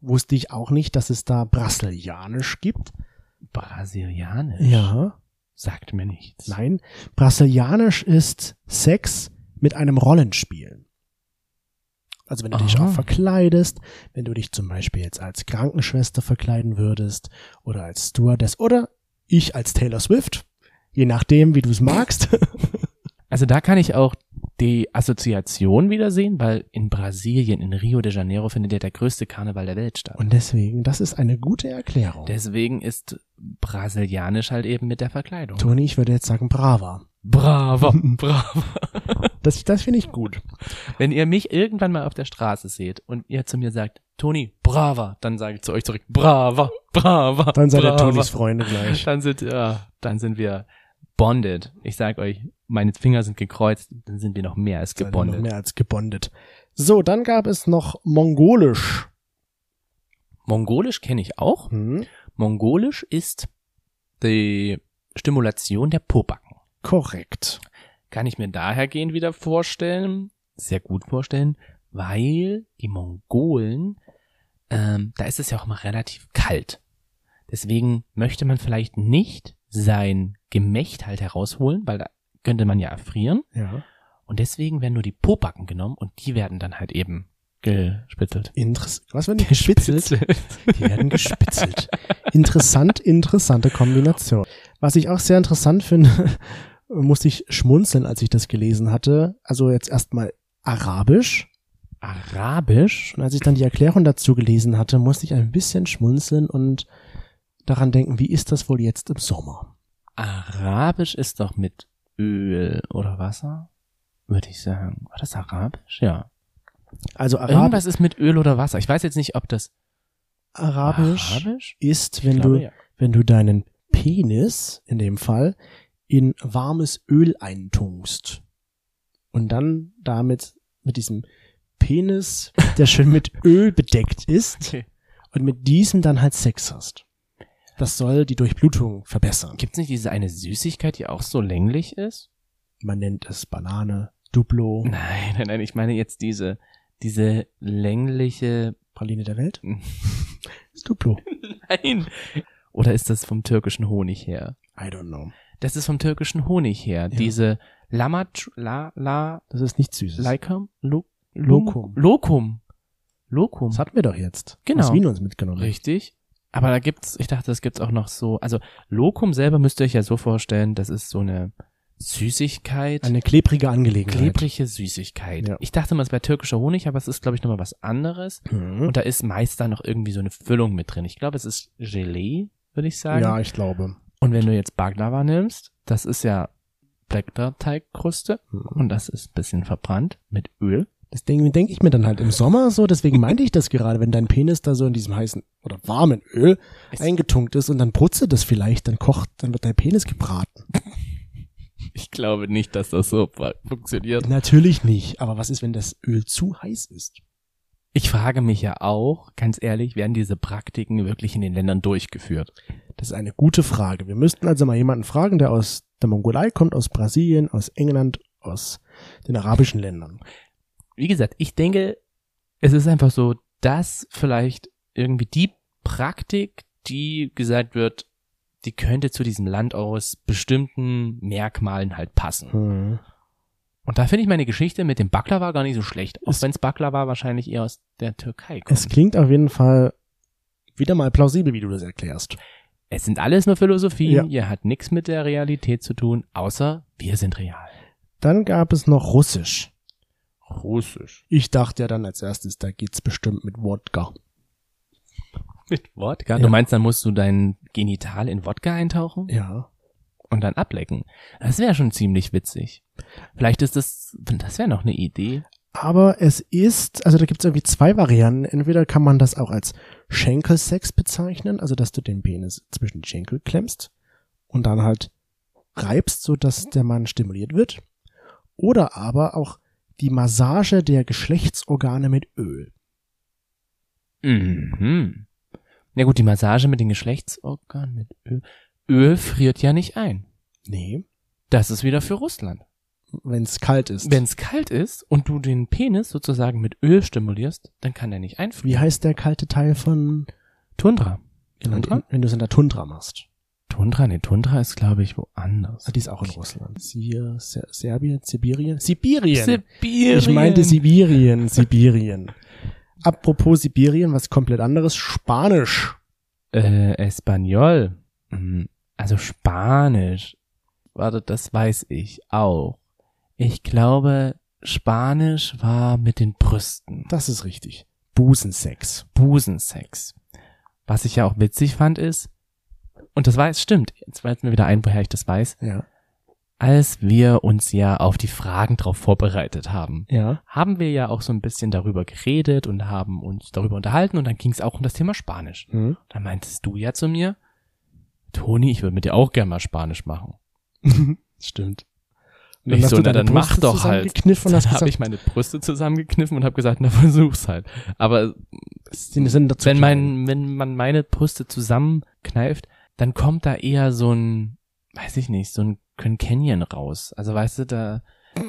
Speaker 1: Wusste ich auch nicht, dass es da Brasilianisch gibt.
Speaker 2: Brasilianisch.
Speaker 1: Ja.
Speaker 2: Sagt mir nichts.
Speaker 1: Nein. Brasilianisch ist Sex mit einem Rollenspiel. Also wenn du dich
Speaker 2: Aha.
Speaker 1: auch verkleidest, wenn du dich zum Beispiel jetzt als Krankenschwester verkleiden würdest oder als Stewardess oder ich als Taylor Swift, je nachdem, wie du es magst.
Speaker 2: Also da kann ich auch die Assoziation wieder sehen, weil in Brasilien, in Rio de Janeiro, findet ja der größte Karneval der Welt statt.
Speaker 1: Und deswegen, das ist eine gute Erklärung.
Speaker 2: Deswegen ist brasilianisch halt eben mit der Verkleidung.
Speaker 1: Toni, ich würde jetzt sagen, brava.
Speaker 2: Brava, brava.
Speaker 1: Das, das finde ich gut.
Speaker 2: Wenn ihr mich irgendwann mal auf der Straße seht und ihr zu mir sagt, Toni, brava, dann sage ich zu euch zurück, brava, brava.
Speaker 1: Dann seid ihr
Speaker 2: brava.
Speaker 1: Tonis Freunde gleich.
Speaker 2: Dann sind, ja, dann sind wir bonded. Ich sag euch, meine Finger sind gekreuzt, dann sind wir noch mehr als
Speaker 1: Seid ihr noch
Speaker 2: gebondet.
Speaker 1: Mehr als gebondet. So, dann gab es noch Mongolisch.
Speaker 2: Mongolisch kenne ich auch.
Speaker 1: Hm?
Speaker 2: Mongolisch ist die Stimulation der Pobacken.
Speaker 1: Korrekt.
Speaker 2: kann ich mir dahergehend wieder vorstellen, sehr gut vorstellen, weil die Mongolen, ähm, da ist es ja auch mal relativ kalt. Deswegen möchte man vielleicht nicht sein Gemächt halt herausholen, weil da könnte man ja erfrieren.
Speaker 1: Ja.
Speaker 2: Und deswegen werden nur die Pobacken genommen und die werden dann halt eben gespitzelt.
Speaker 1: Interess Was werden die gespitzelt? Die werden gespitzelt. Interessant, interessante Kombination. Was ich auch sehr interessant finde, musste ich schmunzeln, als ich das gelesen hatte. Also jetzt erstmal Arabisch.
Speaker 2: Arabisch?
Speaker 1: Und als ich dann die Erklärung dazu gelesen hatte, musste ich ein bisschen schmunzeln und daran denken, wie ist das wohl jetzt im Sommer?
Speaker 2: Arabisch ist doch mit Öl oder Wasser, würde ich sagen. War das Arabisch? Ja.
Speaker 1: Also Arab
Speaker 2: Irgendwas ist mit Öl oder Wasser. Ich weiß jetzt nicht, ob das
Speaker 1: Arabisch,
Speaker 2: Arabisch?
Speaker 1: ist,
Speaker 2: Ich
Speaker 1: wenn
Speaker 2: glaube,
Speaker 1: du,
Speaker 2: ja.
Speaker 1: wenn du deinen Penis, in dem Fall, in warmes Öl eintunkst. und dann damit mit diesem Penis, der schön mit Öl bedeckt ist
Speaker 2: Okay.
Speaker 1: und mit diesem dann halt Sex hast. Das soll die Durchblutung verbessern.
Speaker 2: Gibt's nicht diese eine Süßigkeit, die auch so länglich ist?
Speaker 1: Man nennt es Banane, Duplo,
Speaker 2: Nein, nein, nein, ich meine jetzt diese, diese längliche,
Speaker 1: Praline der Welt.
Speaker 2: Hm.
Speaker 1: Ist Duplo.
Speaker 2: nein. Oder ist das vom türkischen Honig her?
Speaker 1: I don't know.
Speaker 2: Das ist vom türkischen Honig her. Diese Lamatsch, la, la,
Speaker 1: Das ist nichts Süßes.
Speaker 2: Leikam, lo,
Speaker 1: Lokum.
Speaker 2: Lokum. Lokum.
Speaker 1: das hatten wir doch jetzt.
Speaker 2: Genau.
Speaker 1: Was Wien uns mitgenommen. hat.
Speaker 2: Richtig. Aber da gibt's, ich dachte, das gibt's auch noch so, also Lokum selber müsst ihr euch ja so vorstellen, das ist so eine Süßigkeit.
Speaker 1: Eine klebrige Angelegenheit.
Speaker 2: klebrige Süßigkeit.
Speaker 1: Ja.
Speaker 2: Ich dachte mal, es wäre türkischer Honig, aber es ist, glaube ich, nochmal was anderes.
Speaker 1: Mhm.
Speaker 2: Und da ist meist dann noch irgendwie so eine Füllung mit drin. Ich glaube, es ist Gelee, würde ich sagen.
Speaker 1: Ja, ich glaube.
Speaker 2: Und wenn du jetzt Baklava nimmst, das ist ja Blätterteigkruste
Speaker 1: Hm.
Speaker 2: und das ist ein bisschen verbrannt mit Öl.
Speaker 1: Das denke denk ich mir dann halt im Sommer so, deswegen meinte ich das gerade, wenn dein Penis da so in diesem heißen oder warmen Öl
Speaker 2: Ist-
Speaker 1: eingetunkt ist und dann brutzelt das vielleicht, dann kocht, dann wird dein Penis gebraten.
Speaker 2: Ich glaube nicht, dass das so fa- funktioniert.
Speaker 1: Natürlich nicht, aber was ist, wenn das Öl zu heiß ist?
Speaker 2: Ich frage mich ja auch, ganz ehrlich, werden diese Praktiken wirklich in den Ländern durchgeführt?
Speaker 1: Das ist eine gute Frage. Wir müssten also mal jemanden fragen, der aus der Mongolei kommt, aus Brasilien, aus England, aus den arabischen Ländern.
Speaker 2: wie gesagt, ich denke, es ist einfach so, dass vielleicht irgendwie die Praktik, die gesagt wird, die könnte zu diesem Land aus bestimmten Merkmalen halt passen.
Speaker 1: Hm.
Speaker 2: Und da finde ich meine Geschichte mit dem Baklava gar nicht so schlecht, auch
Speaker 1: Es-
Speaker 2: wenn es Baklava wahrscheinlich eher aus der Türkei kommt.
Speaker 1: Es
Speaker 2: Es,
Speaker 1: klingt auf jeden Fall wieder mal plausibel, wie du das erklärst.
Speaker 2: sind alles nur Philosophien,
Speaker 1: Ja.
Speaker 2: ihr hat nichts mit der Realität zu tun, außer wir sind real.
Speaker 1: Dann gab es noch Russisch.
Speaker 2: Russisch.
Speaker 1: Ich dachte ja dann als erstes, da geht's bestimmt mit Wodka.
Speaker 2: Mit Wodka?
Speaker 1: Ja.
Speaker 2: Du meinst, dann musst du dein Genital in Wodka eintauchen?
Speaker 1: Ja,
Speaker 2: und dann ablecken. Das wäre schon ziemlich witzig. Vielleicht ist das, das wäre noch eine Idee.
Speaker 1: Aber es ist, also da gibt es irgendwie zwei Varianten. Entweder kann man das auch als Schenkelsex bezeichnen, also dass du den Penis zwischen die Schenkel klemmst und dann halt reibst, sodass der Mann stimuliert wird. Oder aber auch die Massage der Geschlechtsorgane mit Öl.
Speaker 2: Mhm. Na gut, die Massage mit den Geschlechtsorganen mit Öl. Öl friert ja nicht ein.
Speaker 1: Nee,
Speaker 2: Das ist wieder für Russland.
Speaker 1: wenn es kalt ist.
Speaker 2: Wenn es kalt ist und du den Penis sozusagen mit Öl stimulierst, dann kann der nicht einfrieren.
Speaker 1: Wie heißt der kalte Teil von,
Speaker 2: Tundra.
Speaker 1: wenn, wenn du es in der Tundra machst?
Speaker 2: Tundra, ne, Tundra ist glaube ich woanders.
Speaker 1: Ah, Die ist auch in Russland. Sir, Ser Serbien, Sibirien? Sibirien!
Speaker 2: Sibirien.
Speaker 1: Ich meinte Sibirien, Sibirien. Apropos Sibirien, was komplett anderes. Spanisch.
Speaker 2: Äh, Espanol. Mhm. Also Spanisch. Warte, das weiß ich auch. Ich glaube, Spanisch war mit den Brüsten.
Speaker 1: Das ist richtig. Busensex.
Speaker 2: Busensex. Was ich ja auch witzig fand ist, und das weiß, stimmt, jetzt fällt mir wieder ein, woher ich das weiß,
Speaker 1: Ja.
Speaker 2: als wir uns ja auf die Fragen drauf vorbereitet haben,
Speaker 1: Ja.
Speaker 2: haben wir ja auch so ein bisschen darüber geredet und haben uns darüber unterhalten und dann ging es auch um das Thema Spanisch.
Speaker 1: Hm?
Speaker 2: Da meintest du ja zu mir, Toni, ich würde mit dir auch gerne mal Spanisch machen.
Speaker 1: Stimmt.
Speaker 2: Und ich so, na, dann mach doch halt.
Speaker 1: Gekniffen und
Speaker 2: dann
Speaker 1: hast
Speaker 2: habe
Speaker 1: gesagt,
Speaker 2: ich meine Brüste zusammengekniffen und habe gesagt, na versuch's halt. Aber
Speaker 1: sind, sind dazu
Speaker 2: wenn,
Speaker 1: klein.
Speaker 2: mein, wenn man meine Brüste zusammenkneift, dann kommt da eher so ein, weiß ich nicht, so ein Canyon raus. Also weißt du, da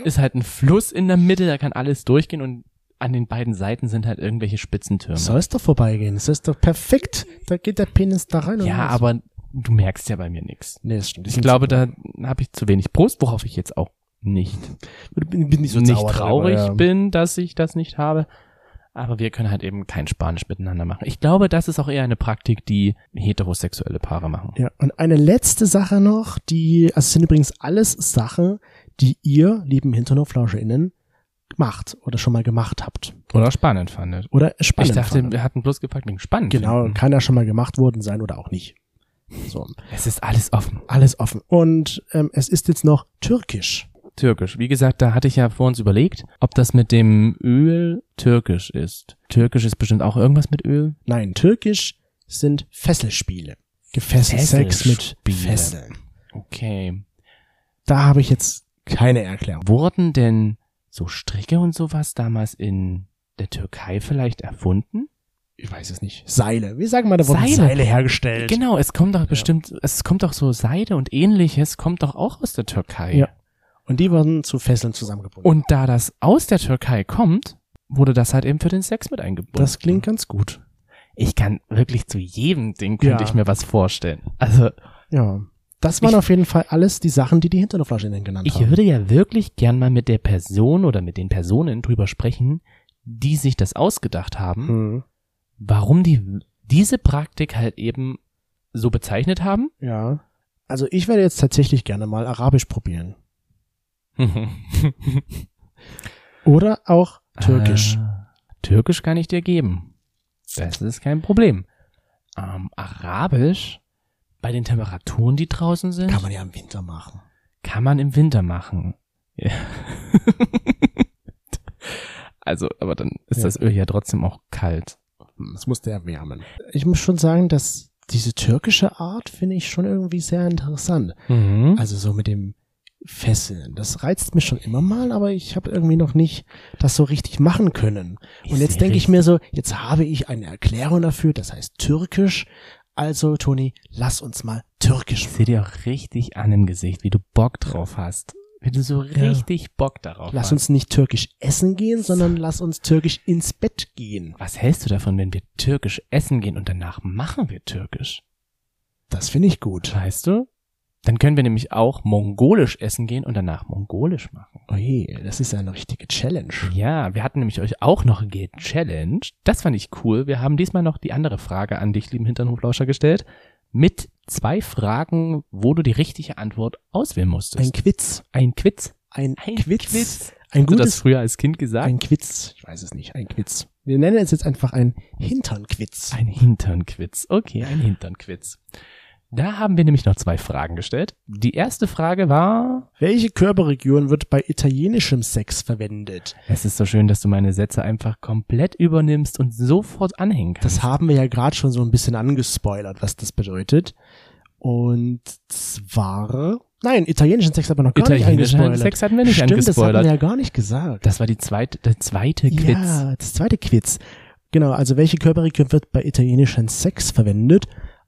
Speaker 2: ist halt ein Fluss in der Mitte, da kann alles durchgehen und an den beiden Seiten sind halt irgendwelche Spitzentürme.
Speaker 1: Sollst doch vorbeigehen. Das ist doch perfekt. Da geht der Penis da rein. und
Speaker 2: ja,
Speaker 1: raus.
Speaker 2: aber du merkst ja bei mir nichts.
Speaker 1: Nee, das stimmt.
Speaker 2: Ich glaube, da habe ich zu wenig Brust, worauf ich jetzt auch nicht
Speaker 1: Ich bin, bin nicht so
Speaker 2: nicht
Speaker 1: sauer
Speaker 2: traurig
Speaker 1: darüber, ja.
Speaker 2: bin, dass ich das nicht habe. Aber wir können halt eben kein Spanisch miteinander machen. Ich glaube, das ist auch eher eine Praktik, die heterosexuelle Paare machen.
Speaker 1: Ja, und eine letzte Sache noch, die, also es sind übrigens alles Sachen, die ihr, lieben HinternoflauscherInnen, macht oder schon mal gemacht habt.
Speaker 2: Oder spannend fandet.
Speaker 1: Oder spannend.
Speaker 2: ich dachte,
Speaker 1: fandet.
Speaker 2: wir hatten bloß gefragt wegen spannend.
Speaker 1: genau,
Speaker 2: finden.
Speaker 1: kann ja schon mal gemacht worden sein oder auch nicht. So,
Speaker 2: Es ist alles offen.
Speaker 1: alles offen. Und ähm, es ist jetzt noch türkisch.
Speaker 2: Türkisch. Wie gesagt, da hatte ich ja vor uns überlegt, ob das mit dem Öl türkisch ist. Türkisch ist bestimmt auch irgendwas mit Öl.
Speaker 1: Nein, türkisch sind Fesselspiele. Gefesselt Sex mit
Speaker 2: Fesselspiele.
Speaker 1: Fesseln.
Speaker 2: Okay.
Speaker 1: Da habe ich jetzt keine Erklärung.
Speaker 2: Wurden denn so Stricke und sowas damals in der Türkei vielleicht erfunden?
Speaker 1: Ich weiß es nicht. Seile. Wir sagen mal, da wurden
Speaker 2: Seile.
Speaker 1: Seile, hergestellt.
Speaker 2: Genau, es kommt doch bestimmt, es kommt doch so Seide und ähnliches, kommt doch auch aus der Türkei.
Speaker 1: Ja. Und die wurden zu Fesseln zusammengebunden.
Speaker 2: Und da das aus der Türkei kommt, wurde das halt eben für den Sex mit eingebunden.
Speaker 1: das klingt ganz gut.
Speaker 2: Ich kann wirklich zu jedem Ding könnte
Speaker 1: Ja.
Speaker 2: ich mir was vorstellen. Also
Speaker 1: Ja. Das waren
Speaker 2: Ich-
Speaker 1: auf jeden Fall alles die Sachen, die die Hinterflasche ihnen genannt
Speaker 2: ich
Speaker 1: haben.
Speaker 2: würde ja wirklich gern mal mit der Person oder mit den Personen drüber sprechen, die sich das ausgedacht haben,
Speaker 1: Hm.
Speaker 2: warum die diese Praktik halt eben so bezeichnet haben.
Speaker 1: Ja. Also ich werde jetzt tatsächlich gerne mal Arabisch probieren. Oder auch Türkisch.
Speaker 2: Ah, Türkisch kann ich dir geben. Das ist kein Problem. Ähm, Arabisch, bei den Temperaturen, die draußen sind,
Speaker 1: Kann man ja im Winter machen.
Speaker 2: kann man im Winter machen. Ja. also, aber dann ist
Speaker 1: Ja.
Speaker 2: das Öl ja trotzdem auch kalt.
Speaker 1: Hm, Das musste erwärmen. Ich muss schon sagen, dass diese türkische Art finde ich schon irgendwie sehr interessant.
Speaker 2: Mhm.
Speaker 1: Also so mit dem Fesseln. Das reizt mich schon immer mal, aber ich habe irgendwie noch nicht das so richtig machen können. Und jetzt denke ich mir so, jetzt habe ich eine Erklärung dafür, das heißt türkisch. Also, Toni, lass uns mal türkisch.
Speaker 2: Ich sehe dir auch richtig an im Gesicht, wie du Bock drauf hast. Wie du so richtig Bock darauf
Speaker 1: Lass
Speaker 2: hast.
Speaker 1: uns nicht türkisch essen gehen, sondern lass uns türkisch ins Bett gehen.
Speaker 2: Was hältst du davon, wenn wir türkisch essen gehen und danach machen wir türkisch?
Speaker 1: Das finde ich gut.
Speaker 2: Weißt du? Dann können wir nämlich auch mongolisch essen gehen und danach mongolisch machen.
Speaker 1: Oje, das ist eine richtige Challenge.
Speaker 2: Ja, wir hatten nämlich euch auch noch gechallenged. Das fand ich cool. Wir haben diesmal noch die andere Frage an dich, lieben Hinternhoflauscher, gestellt. Mit zwei Fragen, wo du die richtige Antwort auswählen
Speaker 1: Ein
Speaker 2: musstest.
Speaker 1: Quiz.
Speaker 2: ein Quiz.
Speaker 1: Ein, Quiz.
Speaker 2: Quiz.
Speaker 1: Ein
Speaker 2: Hast du das
Speaker 1: gutes
Speaker 2: früher als Kind gesagt?
Speaker 1: ein Quiz. Ich weiß es nicht. Ein Quiz. Wir nennen es jetzt einfach ein Hinternquiz.
Speaker 2: Ein Hinternquiz. Okay, ein Hinternquiz. Da haben wir nämlich noch zwei Fragen gestellt. Die erste Frage war,
Speaker 1: Welche Körperregion wird bei italienischem Sex verwendet?
Speaker 2: Es ist so schön, dass du meine Sätze einfach komplett übernimmst und sofort anhängen kannst.
Speaker 1: Das haben wir ja gerade schon so ein bisschen angespoilert, was das bedeutet. Und zwar, nein, italienischen Sex aber noch gar nicht
Speaker 2: Italienischer
Speaker 1: angespoilert.
Speaker 2: Sex hatten wir nicht
Speaker 1: Stimmt, das hatten wir
Speaker 2: angespoilert.
Speaker 1: ja gar nicht gesagt.
Speaker 2: das war die zweite, der zweite Quiz.
Speaker 1: Ja, das zweite Quiz. Genau, also welche Körperregion wird bei italienischem Sex verwendet?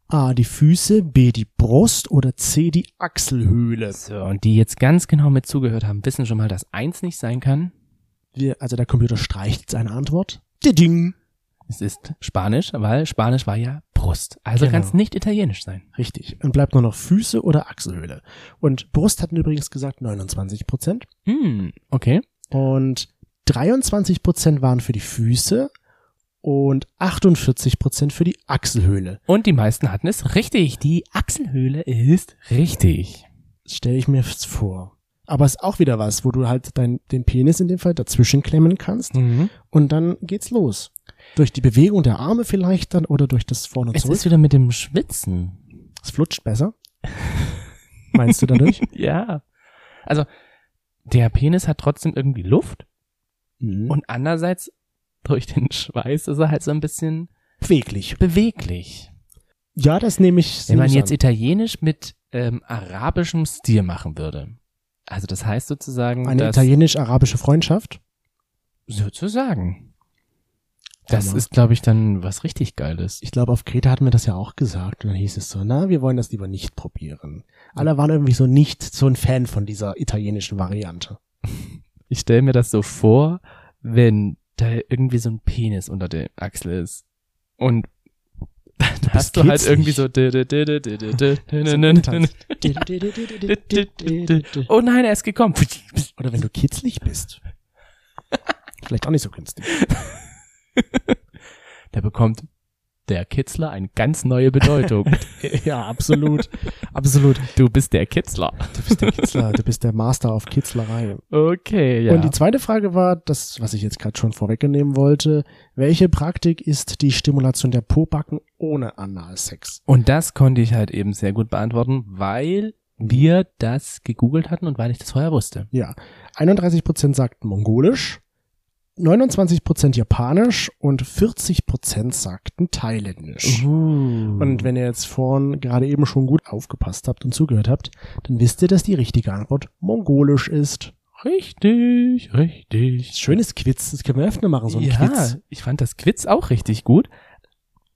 Speaker 1: A, die Füße, B, die Brust oder C, die Achselhöhle.
Speaker 2: So, und die jetzt ganz genau mit zugehört haben, wissen schon mal, dass eins nicht sein kann.
Speaker 1: Wir, also der Computer streicht jetzt eine Antwort. Ding.
Speaker 2: Es ist Spanisch, weil Spanisch war ja Brust. Also
Speaker 1: Genau.
Speaker 2: kann es nicht italienisch sein.
Speaker 1: Richtig. Und bleibt nur noch Füße oder Achselhöhle. Und Brust hatten übrigens gesagt 29 Prozent.
Speaker 2: Hm, okay.
Speaker 1: Und 23 Prozent waren für die Füße und 48 Prozent für die Achselhöhle.
Speaker 2: Und die meisten hatten es richtig. Die Achselhöhle ist richtig.
Speaker 1: stelle ich mir f- vor. Aber ist auch wieder was, wo du halt dein, den Penis in dem Fall dazwischen klemmen kannst
Speaker 2: Mhm.
Speaker 1: und dann geht's los. Durch die Bewegung der Arme vielleicht dann oder durch das Vorne und
Speaker 2: Es ist
Speaker 1: Zurück.
Speaker 2: wieder mit dem Schwitzen.
Speaker 1: Es flutscht besser. Meinst du dadurch?
Speaker 2: Ja. Also, der Penis hat trotzdem irgendwie Luft
Speaker 1: Mhm.
Speaker 2: und andererseits durch den Schweiß ist er halt so ein bisschen
Speaker 1: beweglich.
Speaker 2: beweglich.
Speaker 1: Ja, das nehme ich.
Speaker 2: Wenn man
Speaker 1: nehme ich
Speaker 2: jetzt
Speaker 1: an.
Speaker 2: Italienisch mit ähm, arabischem Stil machen würde. Also das heißt sozusagen,
Speaker 1: eine
Speaker 2: dass,
Speaker 1: italienisch-arabische Freundschaft.
Speaker 2: sozusagen. Das
Speaker 1: Hammer.
Speaker 2: ist, glaube ich, dann was richtig Geiles.
Speaker 1: Ich glaube, auf Kreta hatten wir das ja auch gesagt. Und dann hieß es so, na, wir wollen das lieber nicht probieren. Alle waren irgendwie so nicht so ein Fan von dieser italienischen Variante.
Speaker 2: Ich stelle mir das so vor, wenn da irgendwie so ein Penis unter der Achsel ist. Und dann hast du halt
Speaker 1: kitzlig.
Speaker 2: irgendwie so. dü- dü- dü- dü- dü- dü- dü- dü-
Speaker 1: So
Speaker 2: dü- dü- dü-
Speaker 1: Tanz.
Speaker 2: dü- Oh nein, er ist gekommen.
Speaker 1: Oder wenn du kitzlig bist. Vielleicht auch nicht so günstig.
Speaker 2: Da bekommt der Kitzler eine ganz neue Bedeutung.
Speaker 1: Ja, absolut. absolut.
Speaker 2: Du bist der Kitzler.
Speaker 1: Du bist der Kitzler, du bist der Master auf Kitzlerei.
Speaker 2: Okay, ja.
Speaker 1: Und die zweite Frage war, das, was ich jetzt gerade schon vorwegnehmen wollte, welche Praktik ist die Stimulation der Pobacken ohne Analsex?
Speaker 2: Und das konnte ich halt eben sehr gut beantworten, weil wir das gegoogelt hatten und weil ich das vorher wusste.
Speaker 1: Ja. 31% sagten mongolisch, 29% japanisch und 40% sagten thailändisch. Und
Speaker 2: Und
Speaker 1: wenn ihr jetzt vorhin gerade eben schon gut aufgepasst habt und zugehört habt, dann wisst ihr, dass die richtige Antwort mongolisch ist.
Speaker 2: Richtig, richtig.
Speaker 1: Schönes Quiz, das können wir öfter machen, so ein
Speaker 2: ja,
Speaker 1: Quiz.
Speaker 2: ich fand das Quiz auch richtig gut.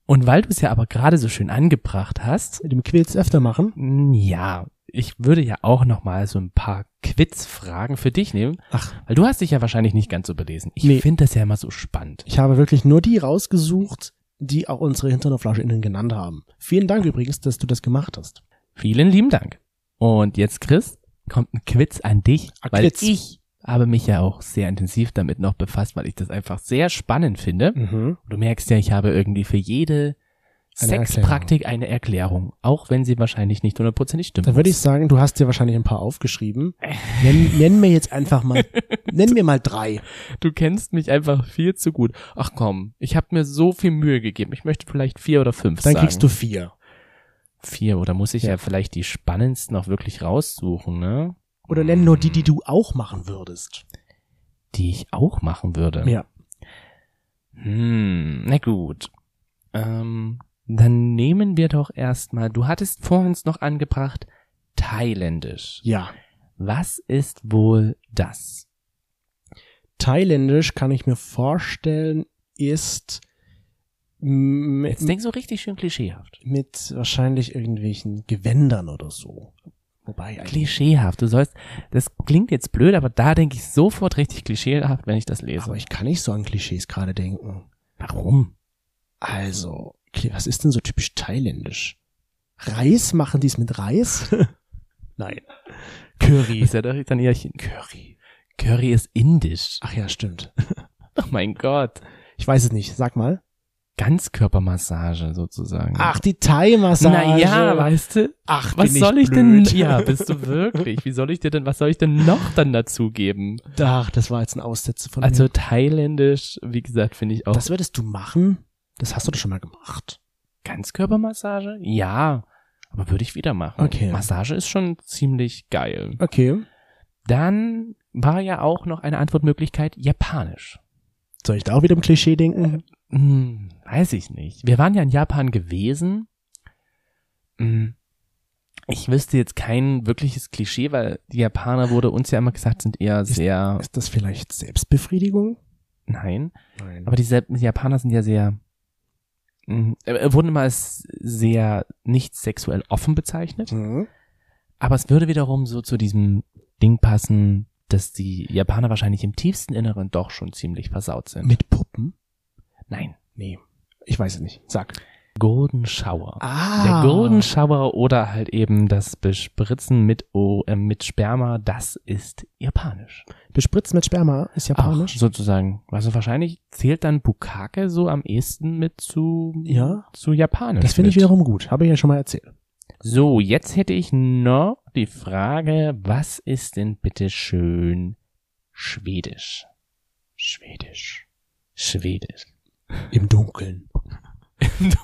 Speaker 2: Und weil du es ja aber gerade so schön angebracht hast,
Speaker 1: Mit dem Quiz öfter machen.
Speaker 2: m, ja, ich würde ja auch noch mal so ein paar Quiz-Fragen für dich nehmen,
Speaker 1: Ach,
Speaker 2: weil du hast dich ja wahrscheinlich nicht ganz so belesen. Ich
Speaker 1: Nee.
Speaker 2: finde das ja immer so spannend.
Speaker 1: ich habe wirklich nur die rausgesucht, die auch unsere HinternderflascheInnen genannt haben. Vielen Dank übrigens, dass du das gemacht hast.
Speaker 2: Vielen lieben Dank. Und jetzt, Chris, kommt ein Quiz an dich,
Speaker 1: Ein
Speaker 2: weil
Speaker 1: Quiz.
Speaker 2: ich habe mich ja auch sehr intensiv damit noch befasst, weil ich das einfach sehr spannend finde.
Speaker 1: Mhm.
Speaker 2: Du merkst ja, ich habe irgendwie für jede
Speaker 1: Eine
Speaker 2: Sexpraktik eine Erklärung, auch wenn sie wahrscheinlich nicht hundertprozentig stimmt.
Speaker 1: Dann würde ich sagen, du hast dir wahrscheinlich ein paar aufgeschrieben. Nenn, nenn mir jetzt einfach mal, nenn mir mal drei.
Speaker 2: Du kennst mich einfach viel zu gut. Ach komm, ich habe mir so viel Mühe gegeben. Ich möchte vielleicht vier oder fünf
Speaker 1: Dann
Speaker 2: sagen.
Speaker 1: kriegst du vier.
Speaker 2: vier oder muss ich ja, vielleicht die spannendsten auch wirklich raussuchen, ne?
Speaker 1: Oder nenn nur die, die du auch machen würdest.
Speaker 2: Die ich auch machen würde.
Speaker 1: Ja.
Speaker 2: Hm, na gut. Ähm, dann nehmen wir doch erstmal, du hattest vorhin noch angebracht, thailändisch.
Speaker 1: Ja.
Speaker 2: Was ist wohl das?
Speaker 1: Thailändisch kann ich mir vorstellen, ist m-
Speaker 2: Jetzt
Speaker 1: mit,
Speaker 2: denk so richtig schön klischeehaft.
Speaker 1: mit wahrscheinlich irgendwelchen Gewändern oder so. Wobei eigentlich
Speaker 2: Klischeehaft, du sollst, das klingt jetzt blöd, aber da denke ich sofort richtig klischeehaft, wenn ich das lese.
Speaker 1: Aber ich kann nicht so an Klischees gerade denken.
Speaker 2: warum?
Speaker 1: Also, Kli- was ist denn so typisch thailändisch? Reis? Machen die es mit Reis? Nein. Curry.
Speaker 2: Ist ja doch dann eher Chin- Curry. Curry ist indisch.
Speaker 1: Ach ja, stimmt.
Speaker 2: Oh mein Gott.
Speaker 1: Ich weiß es nicht. Sag mal.
Speaker 2: Ganzkörpermassage sozusagen.
Speaker 1: Ach, die Thai-Massage.
Speaker 2: naja, weißt du,
Speaker 1: Ach,
Speaker 2: was
Speaker 1: bin ich
Speaker 2: soll ich
Speaker 1: blöd.
Speaker 2: denn? Ja, bist du wirklich? Wie soll ich dir denn, was soll ich denn noch dann dazugeben?
Speaker 1: Ach, das war jetzt ein Aussetzer von
Speaker 2: Also
Speaker 1: mir.
Speaker 2: thailändisch, wie gesagt, finde ich auch.
Speaker 1: Das würdest du machen? Das hast du doch schon mal gemacht.
Speaker 2: Ganzkörpermassage? Ja. Aber würde ich wieder machen.
Speaker 1: Okay.
Speaker 2: Massage ist schon ziemlich geil.
Speaker 1: Okay.
Speaker 2: Dann war ja auch noch eine Antwortmöglichkeit Japanisch.
Speaker 1: Soll ich da auch wieder im Klischee denken?
Speaker 2: Hm, weiß ich nicht. Wir waren ja in Japan gewesen. Hm. Ich wüsste jetzt kein wirkliches Klischee, weil die Japaner wurde uns ja immer gesagt, sind eher sehr,
Speaker 1: Ist das vielleicht Selbstbefriedigung?
Speaker 2: nein.
Speaker 1: Nein.
Speaker 2: Aber die Sel- Japaner sind ja sehr, hm, äh, wurden immer als sehr nicht sexuell offen bezeichnet.
Speaker 1: Hm?
Speaker 2: Aber es würde wiederum so zu diesem Ding passen, dass die Japaner wahrscheinlich im tiefsten Inneren doch schon ziemlich versaut sind.
Speaker 1: Mit Puppen?
Speaker 2: Nein.
Speaker 1: Nee. Ich weiß es nicht. Sag.
Speaker 2: Golden Shower.
Speaker 1: Ah.
Speaker 2: Der Golden Shower oder halt eben das Bespritzen mit, o, äh, mit Sperma, das ist japanisch.
Speaker 1: Bespritzt mit Sperma ist japanisch.
Speaker 2: Ach, sozusagen. Also wahrscheinlich zählt dann Bukake so am ehesten mit zu,
Speaker 1: Ja.
Speaker 2: zu japanisch.
Speaker 1: Das finde ich
Speaker 2: mit.
Speaker 1: wiederum gut. Habe ich ja schon mal erzählt.
Speaker 2: So, jetzt hätte ich noch die Frage, was ist denn bitte schön Schwedisch? Schwedisch. Schwedisch.
Speaker 1: Im Dunkeln.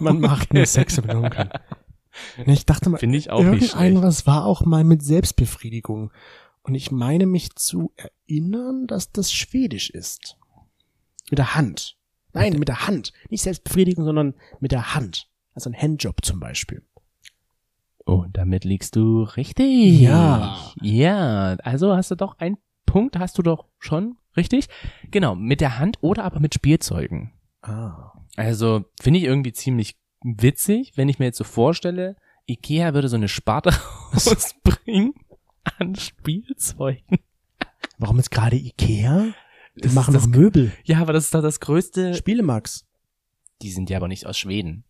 Speaker 1: Man macht nur Sex im Dunkeln. Ne, Ich dachte mal,
Speaker 2: Finde ich auch nicht
Speaker 1: irgendein
Speaker 2: schlecht.
Speaker 1: was war auch mal mit Selbstbefriedigung. Und ich meine mich zu erinnern, dass das Schwedisch ist. Mit der Hand. Nein, mit der Hand. Nicht Selbstbefriedigung, sondern mit der Hand. Also ein Handjob zum Beispiel.
Speaker 2: Und Oh, damit liegst du richtig.
Speaker 1: Ja.
Speaker 2: Ja, also hast du doch einen Punkt, hast du doch schon, richtig? Genau, mit der Hand oder aber mit Spielzeugen.
Speaker 1: Ah.
Speaker 2: Also finde ich irgendwie ziemlich witzig, wenn ich mir jetzt so vorstelle, Ikea würde so eine Sparte rausbringen an Spielzeugen.
Speaker 1: Warum jetzt gerade Ikea? Die
Speaker 2: Das Äh,
Speaker 1: machen
Speaker 2: ist
Speaker 1: doch Möbel.
Speaker 2: Ja, aber das ist doch das größte.
Speaker 1: Spielemax.
Speaker 2: Die sind ja aber nicht aus Schweden.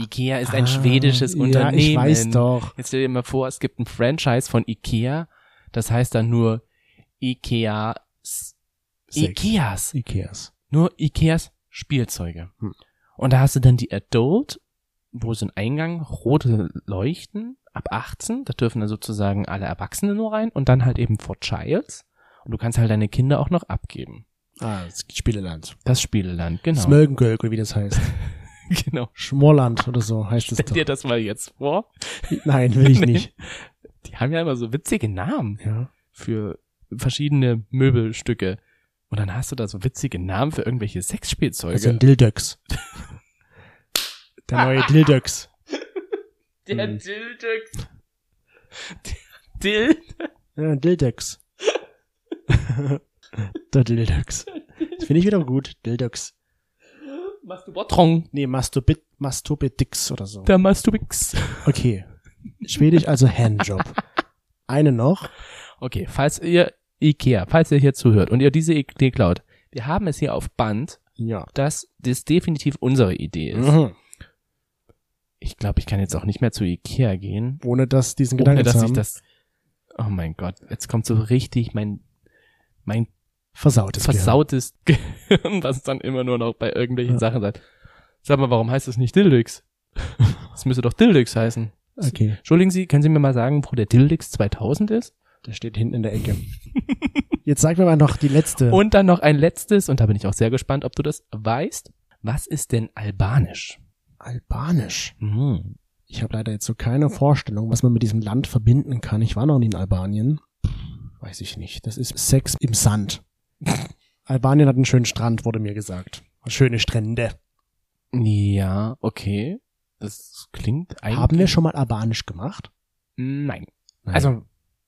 Speaker 2: Ikea ist ein
Speaker 1: Ah,
Speaker 2: schwedisches Unternehmen.
Speaker 1: Ja, ich weiß doch.
Speaker 2: Jetzt stell dir mal vor, es gibt ein Franchise von Ikea, das heißt dann nur Ikea,
Speaker 1: Sex.
Speaker 2: Ikeas,
Speaker 1: Ikeas.
Speaker 2: nur Ikeas Spielzeuge.
Speaker 1: Hm.
Speaker 2: Und da hast du dann die Adult, wo so ein Eingang, rote Leuchten, ab 18, da dürfen dann sozusagen alle Erwachsenen nur rein und dann halt eben for Childs. Und du kannst halt deine Kinder auch noch abgeben.
Speaker 1: Ah, das Spieleland.
Speaker 2: Das Spieleland, genau.
Speaker 1: Smölgölk, oder wie das heißt.
Speaker 2: genau.
Speaker 1: Schmorland oder so heißt es
Speaker 2: Stell
Speaker 1: doch.
Speaker 2: dir das mal jetzt vor.
Speaker 1: Nein, will ich
Speaker 2: Nee.
Speaker 1: nicht.
Speaker 2: Die haben ja immer so witzige Namen.
Speaker 1: Ja.
Speaker 2: für verschiedene Möbelstücke. Und dann hast du da so witzige Namen für irgendwelche Sexspielzeuge.
Speaker 1: Das sind Dildöcks. Der neue Dildöcks.
Speaker 2: der
Speaker 1: Mhm.
Speaker 2: Dildex. Der Dild.
Speaker 1: Ja, Dildöcks. Der Dildox. Das finde ich wieder gut. Dildox.
Speaker 2: Masturbatron.
Speaker 1: Nee, Masturbit, Masturbitix oder so.
Speaker 2: Der Masturbix.
Speaker 1: Okay. Schwedisch also Handjob. Eine noch.
Speaker 2: Okay, falls ihr Ikea, falls ihr hier zuhört und ihr diese Idee klaut, wir haben es hier auf Band,
Speaker 1: Ja.
Speaker 2: dass das definitiv unsere Idee ist.
Speaker 1: Mhm.
Speaker 2: Ich glaube, ich kann jetzt auch nicht mehr zu Ikea gehen,
Speaker 1: Ohne dass diesen
Speaker 2: ohne
Speaker 1: Gedanken
Speaker 2: dass
Speaker 1: zu
Speaker 2: ich
Speaker 1: haben.
Speaker 2: das. Oh mein Gott, jetzt kommt so richtig mein mein
Speaker 1: Versautes
Speaker 2: versautes Gehirn, was dann immer nur noch bei irgendwelchen
Speaker 1: Ja.
Speaker 2: Sachen sagt. Sag mal, warum heißt es nicht Dildix? Es müsste doch Dildix heißen.
Speaker 1: Gehirn. Okay.
Speaker 2: Entschuldigen Sie, können Sie mir mal sagen, wo der Dildix 2000 ist?
Speaker 1: Der steht hinten in der Ecke. Jetzt sag mir mal noch die letzte.
Speaker 2: Und dann noch ein letztes, und da bin ich auch sehr gespannt, ob du das weißt. Was ist denn Albanisch?
Speaker 1: Albanisch.
Speaker 2: Hm.
Speaker 1: Ich habe leider jetzt so keine Vorstellung, was man mit diesem Land verbinden kann. Ich war noch nie in Albanien. Weiß ich nicht. Das ist Sex im Sand. Albanien hat einen schönen Strand, wurde mir gesagt. Schöne Strände.
Speaker 2: Ja, okay. Das klingt eigentlich.
Speaker 1: Haben wir schon mal Albanisch gemacht?
Speaker 2: Nein.
Speaker 1: Nein.
Speaker 2: Also,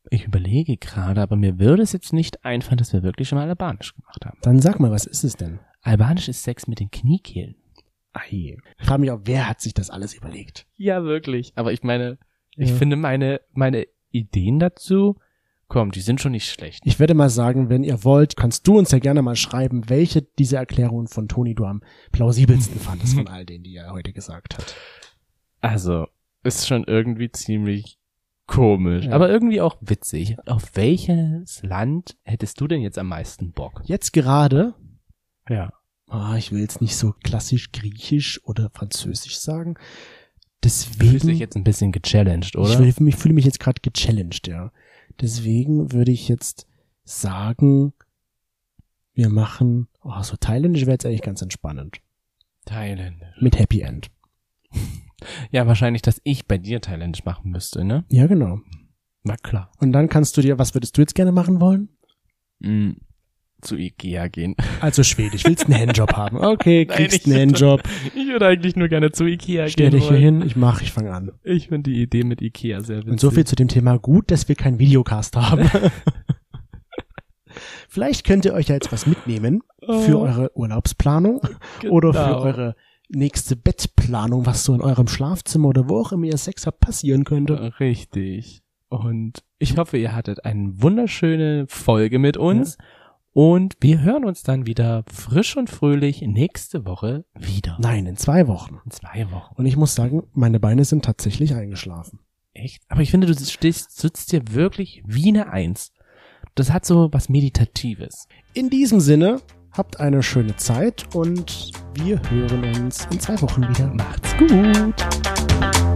Speaker 2: ich überlege gerade, aber mir würde es jetzt nicht einfallen, dass wir wirklich schon mal Albanisch gemacht haben.
Speaker 1: Dann sag mal, was ist es denn?
Speaker 2: Albanisch ist Sex mit den Kniekehlen.
Speaker 1: Ei. Ich frage mich auch, wer hat sich das alles überlegt?
Speaker 2: Ja, wirklich. Aber ich meine, ich
Speaker 1: Ja.
Speaker 2: finde meine, meine Ideen dazu, komm, die sind schon nicht schlecht.
Speaker 1: Ich würde mal sagen, wenn ihr wollt, kannst du uns ja gerne mal schreiben, welche dieser Erklärungen von Toni du am plausibelsten fandest von all denen, die er heute gesagt hat.
Speaker 2: Also, ist schon irgendwie ziemlich komisch,
Speaker 1: Ja.
Speaker 2: aber irgendwie auch witzig. Auf welches Land hättest du denn jetzt am meisten Bock?
Speaker 1: Jetzt gerade,
Speaker 2: Ja.
Speaker 1: ah, ich will jetzt nicht so klassisch griechisch oder französisch sagen.
Speaker 2: Du fühlst
Speaker 1: Deswegen,
Speaker 2: dich jetzt ein bisschen gechallenged,
Speaker 1: ich,
Speaker 2: oder?
Speaker 1: will, ich fühle mich jetzt gerade gechallenged, ja. Deswegen würde ich jetzt sagen, wir machen, oh, so thailändisch wäre jetzt eigentlich ganz entspannend.
Speaker 2: Thailändisch.
Speaker 1: Mit Happy End.
Speaker 2: Ja, wahrscheinlich, dass ich bei dir Thailändisch machen müsste, ne?
Speaker 1: Ja, genau.
Speaker 2: Na klar.
Speaker 1: Und dann kannst du dir, was würdest du jetzt gerne machen wollen? Hm,
Speaker 2: Mm, zu Ikea gehen.
Speaker 1: Also Schwedisch, willst einen Handjob haben? Okay,
Speaker 2: Nein,
Speaker 1: kriegst
Speaker 2: ich-
Speaker 1: einen Handjob,
Speaker 2: Ich würde eigentlich nur gerne zu Ikea
Speaker 1: stell
Speaker 2: gehen.
Speaker 1: dich hier
Speaker 2: wollen.
Speaker 1: hin, ich mach, ich fange an.
Speaker 2: Ich finde die Idee mit Ikea sehr witzig.
Speaker 1: Und so viel zu dem Thema gut, dass wir keinen Videocast haben. Vielleicht könnt ihr euch ja jetzt was mitnehmen für
Speaker 2: Oh,
Speaker 1: eure Urlaubsplanung oder für
Speaker 2: genau.
Speaker 1: eure nächste Bettplanung, was so in eurem Schlafzimmer oder wo auch immer ihr Sex habt, passieren könnte.
Speaker 2: Oh, Richtig. Und ich hoffe, ihr hattet eine wunderschöne Folge mit uns. Und wir hören uns dann wieder frisch und fröhlich nächste Woche wieder.
Speaker 1: Nein, in zwei Wochen.
Speaker 2: In zwei Wochen.
Speaker 1: Und ich muss sagen, meine Beine sind tatsächlich eingeschlafen.
Speaker 2: Echt? Aber ich finde, du stehst, sitzt hier wirklich wie eine Eins. Das hat so was Meditatives.
Speaker 1: In diesem Sinne, habt eine schöne Zeit und wir hören uns in zwei Wochen wieder.
Speaker 2: Macht's gut.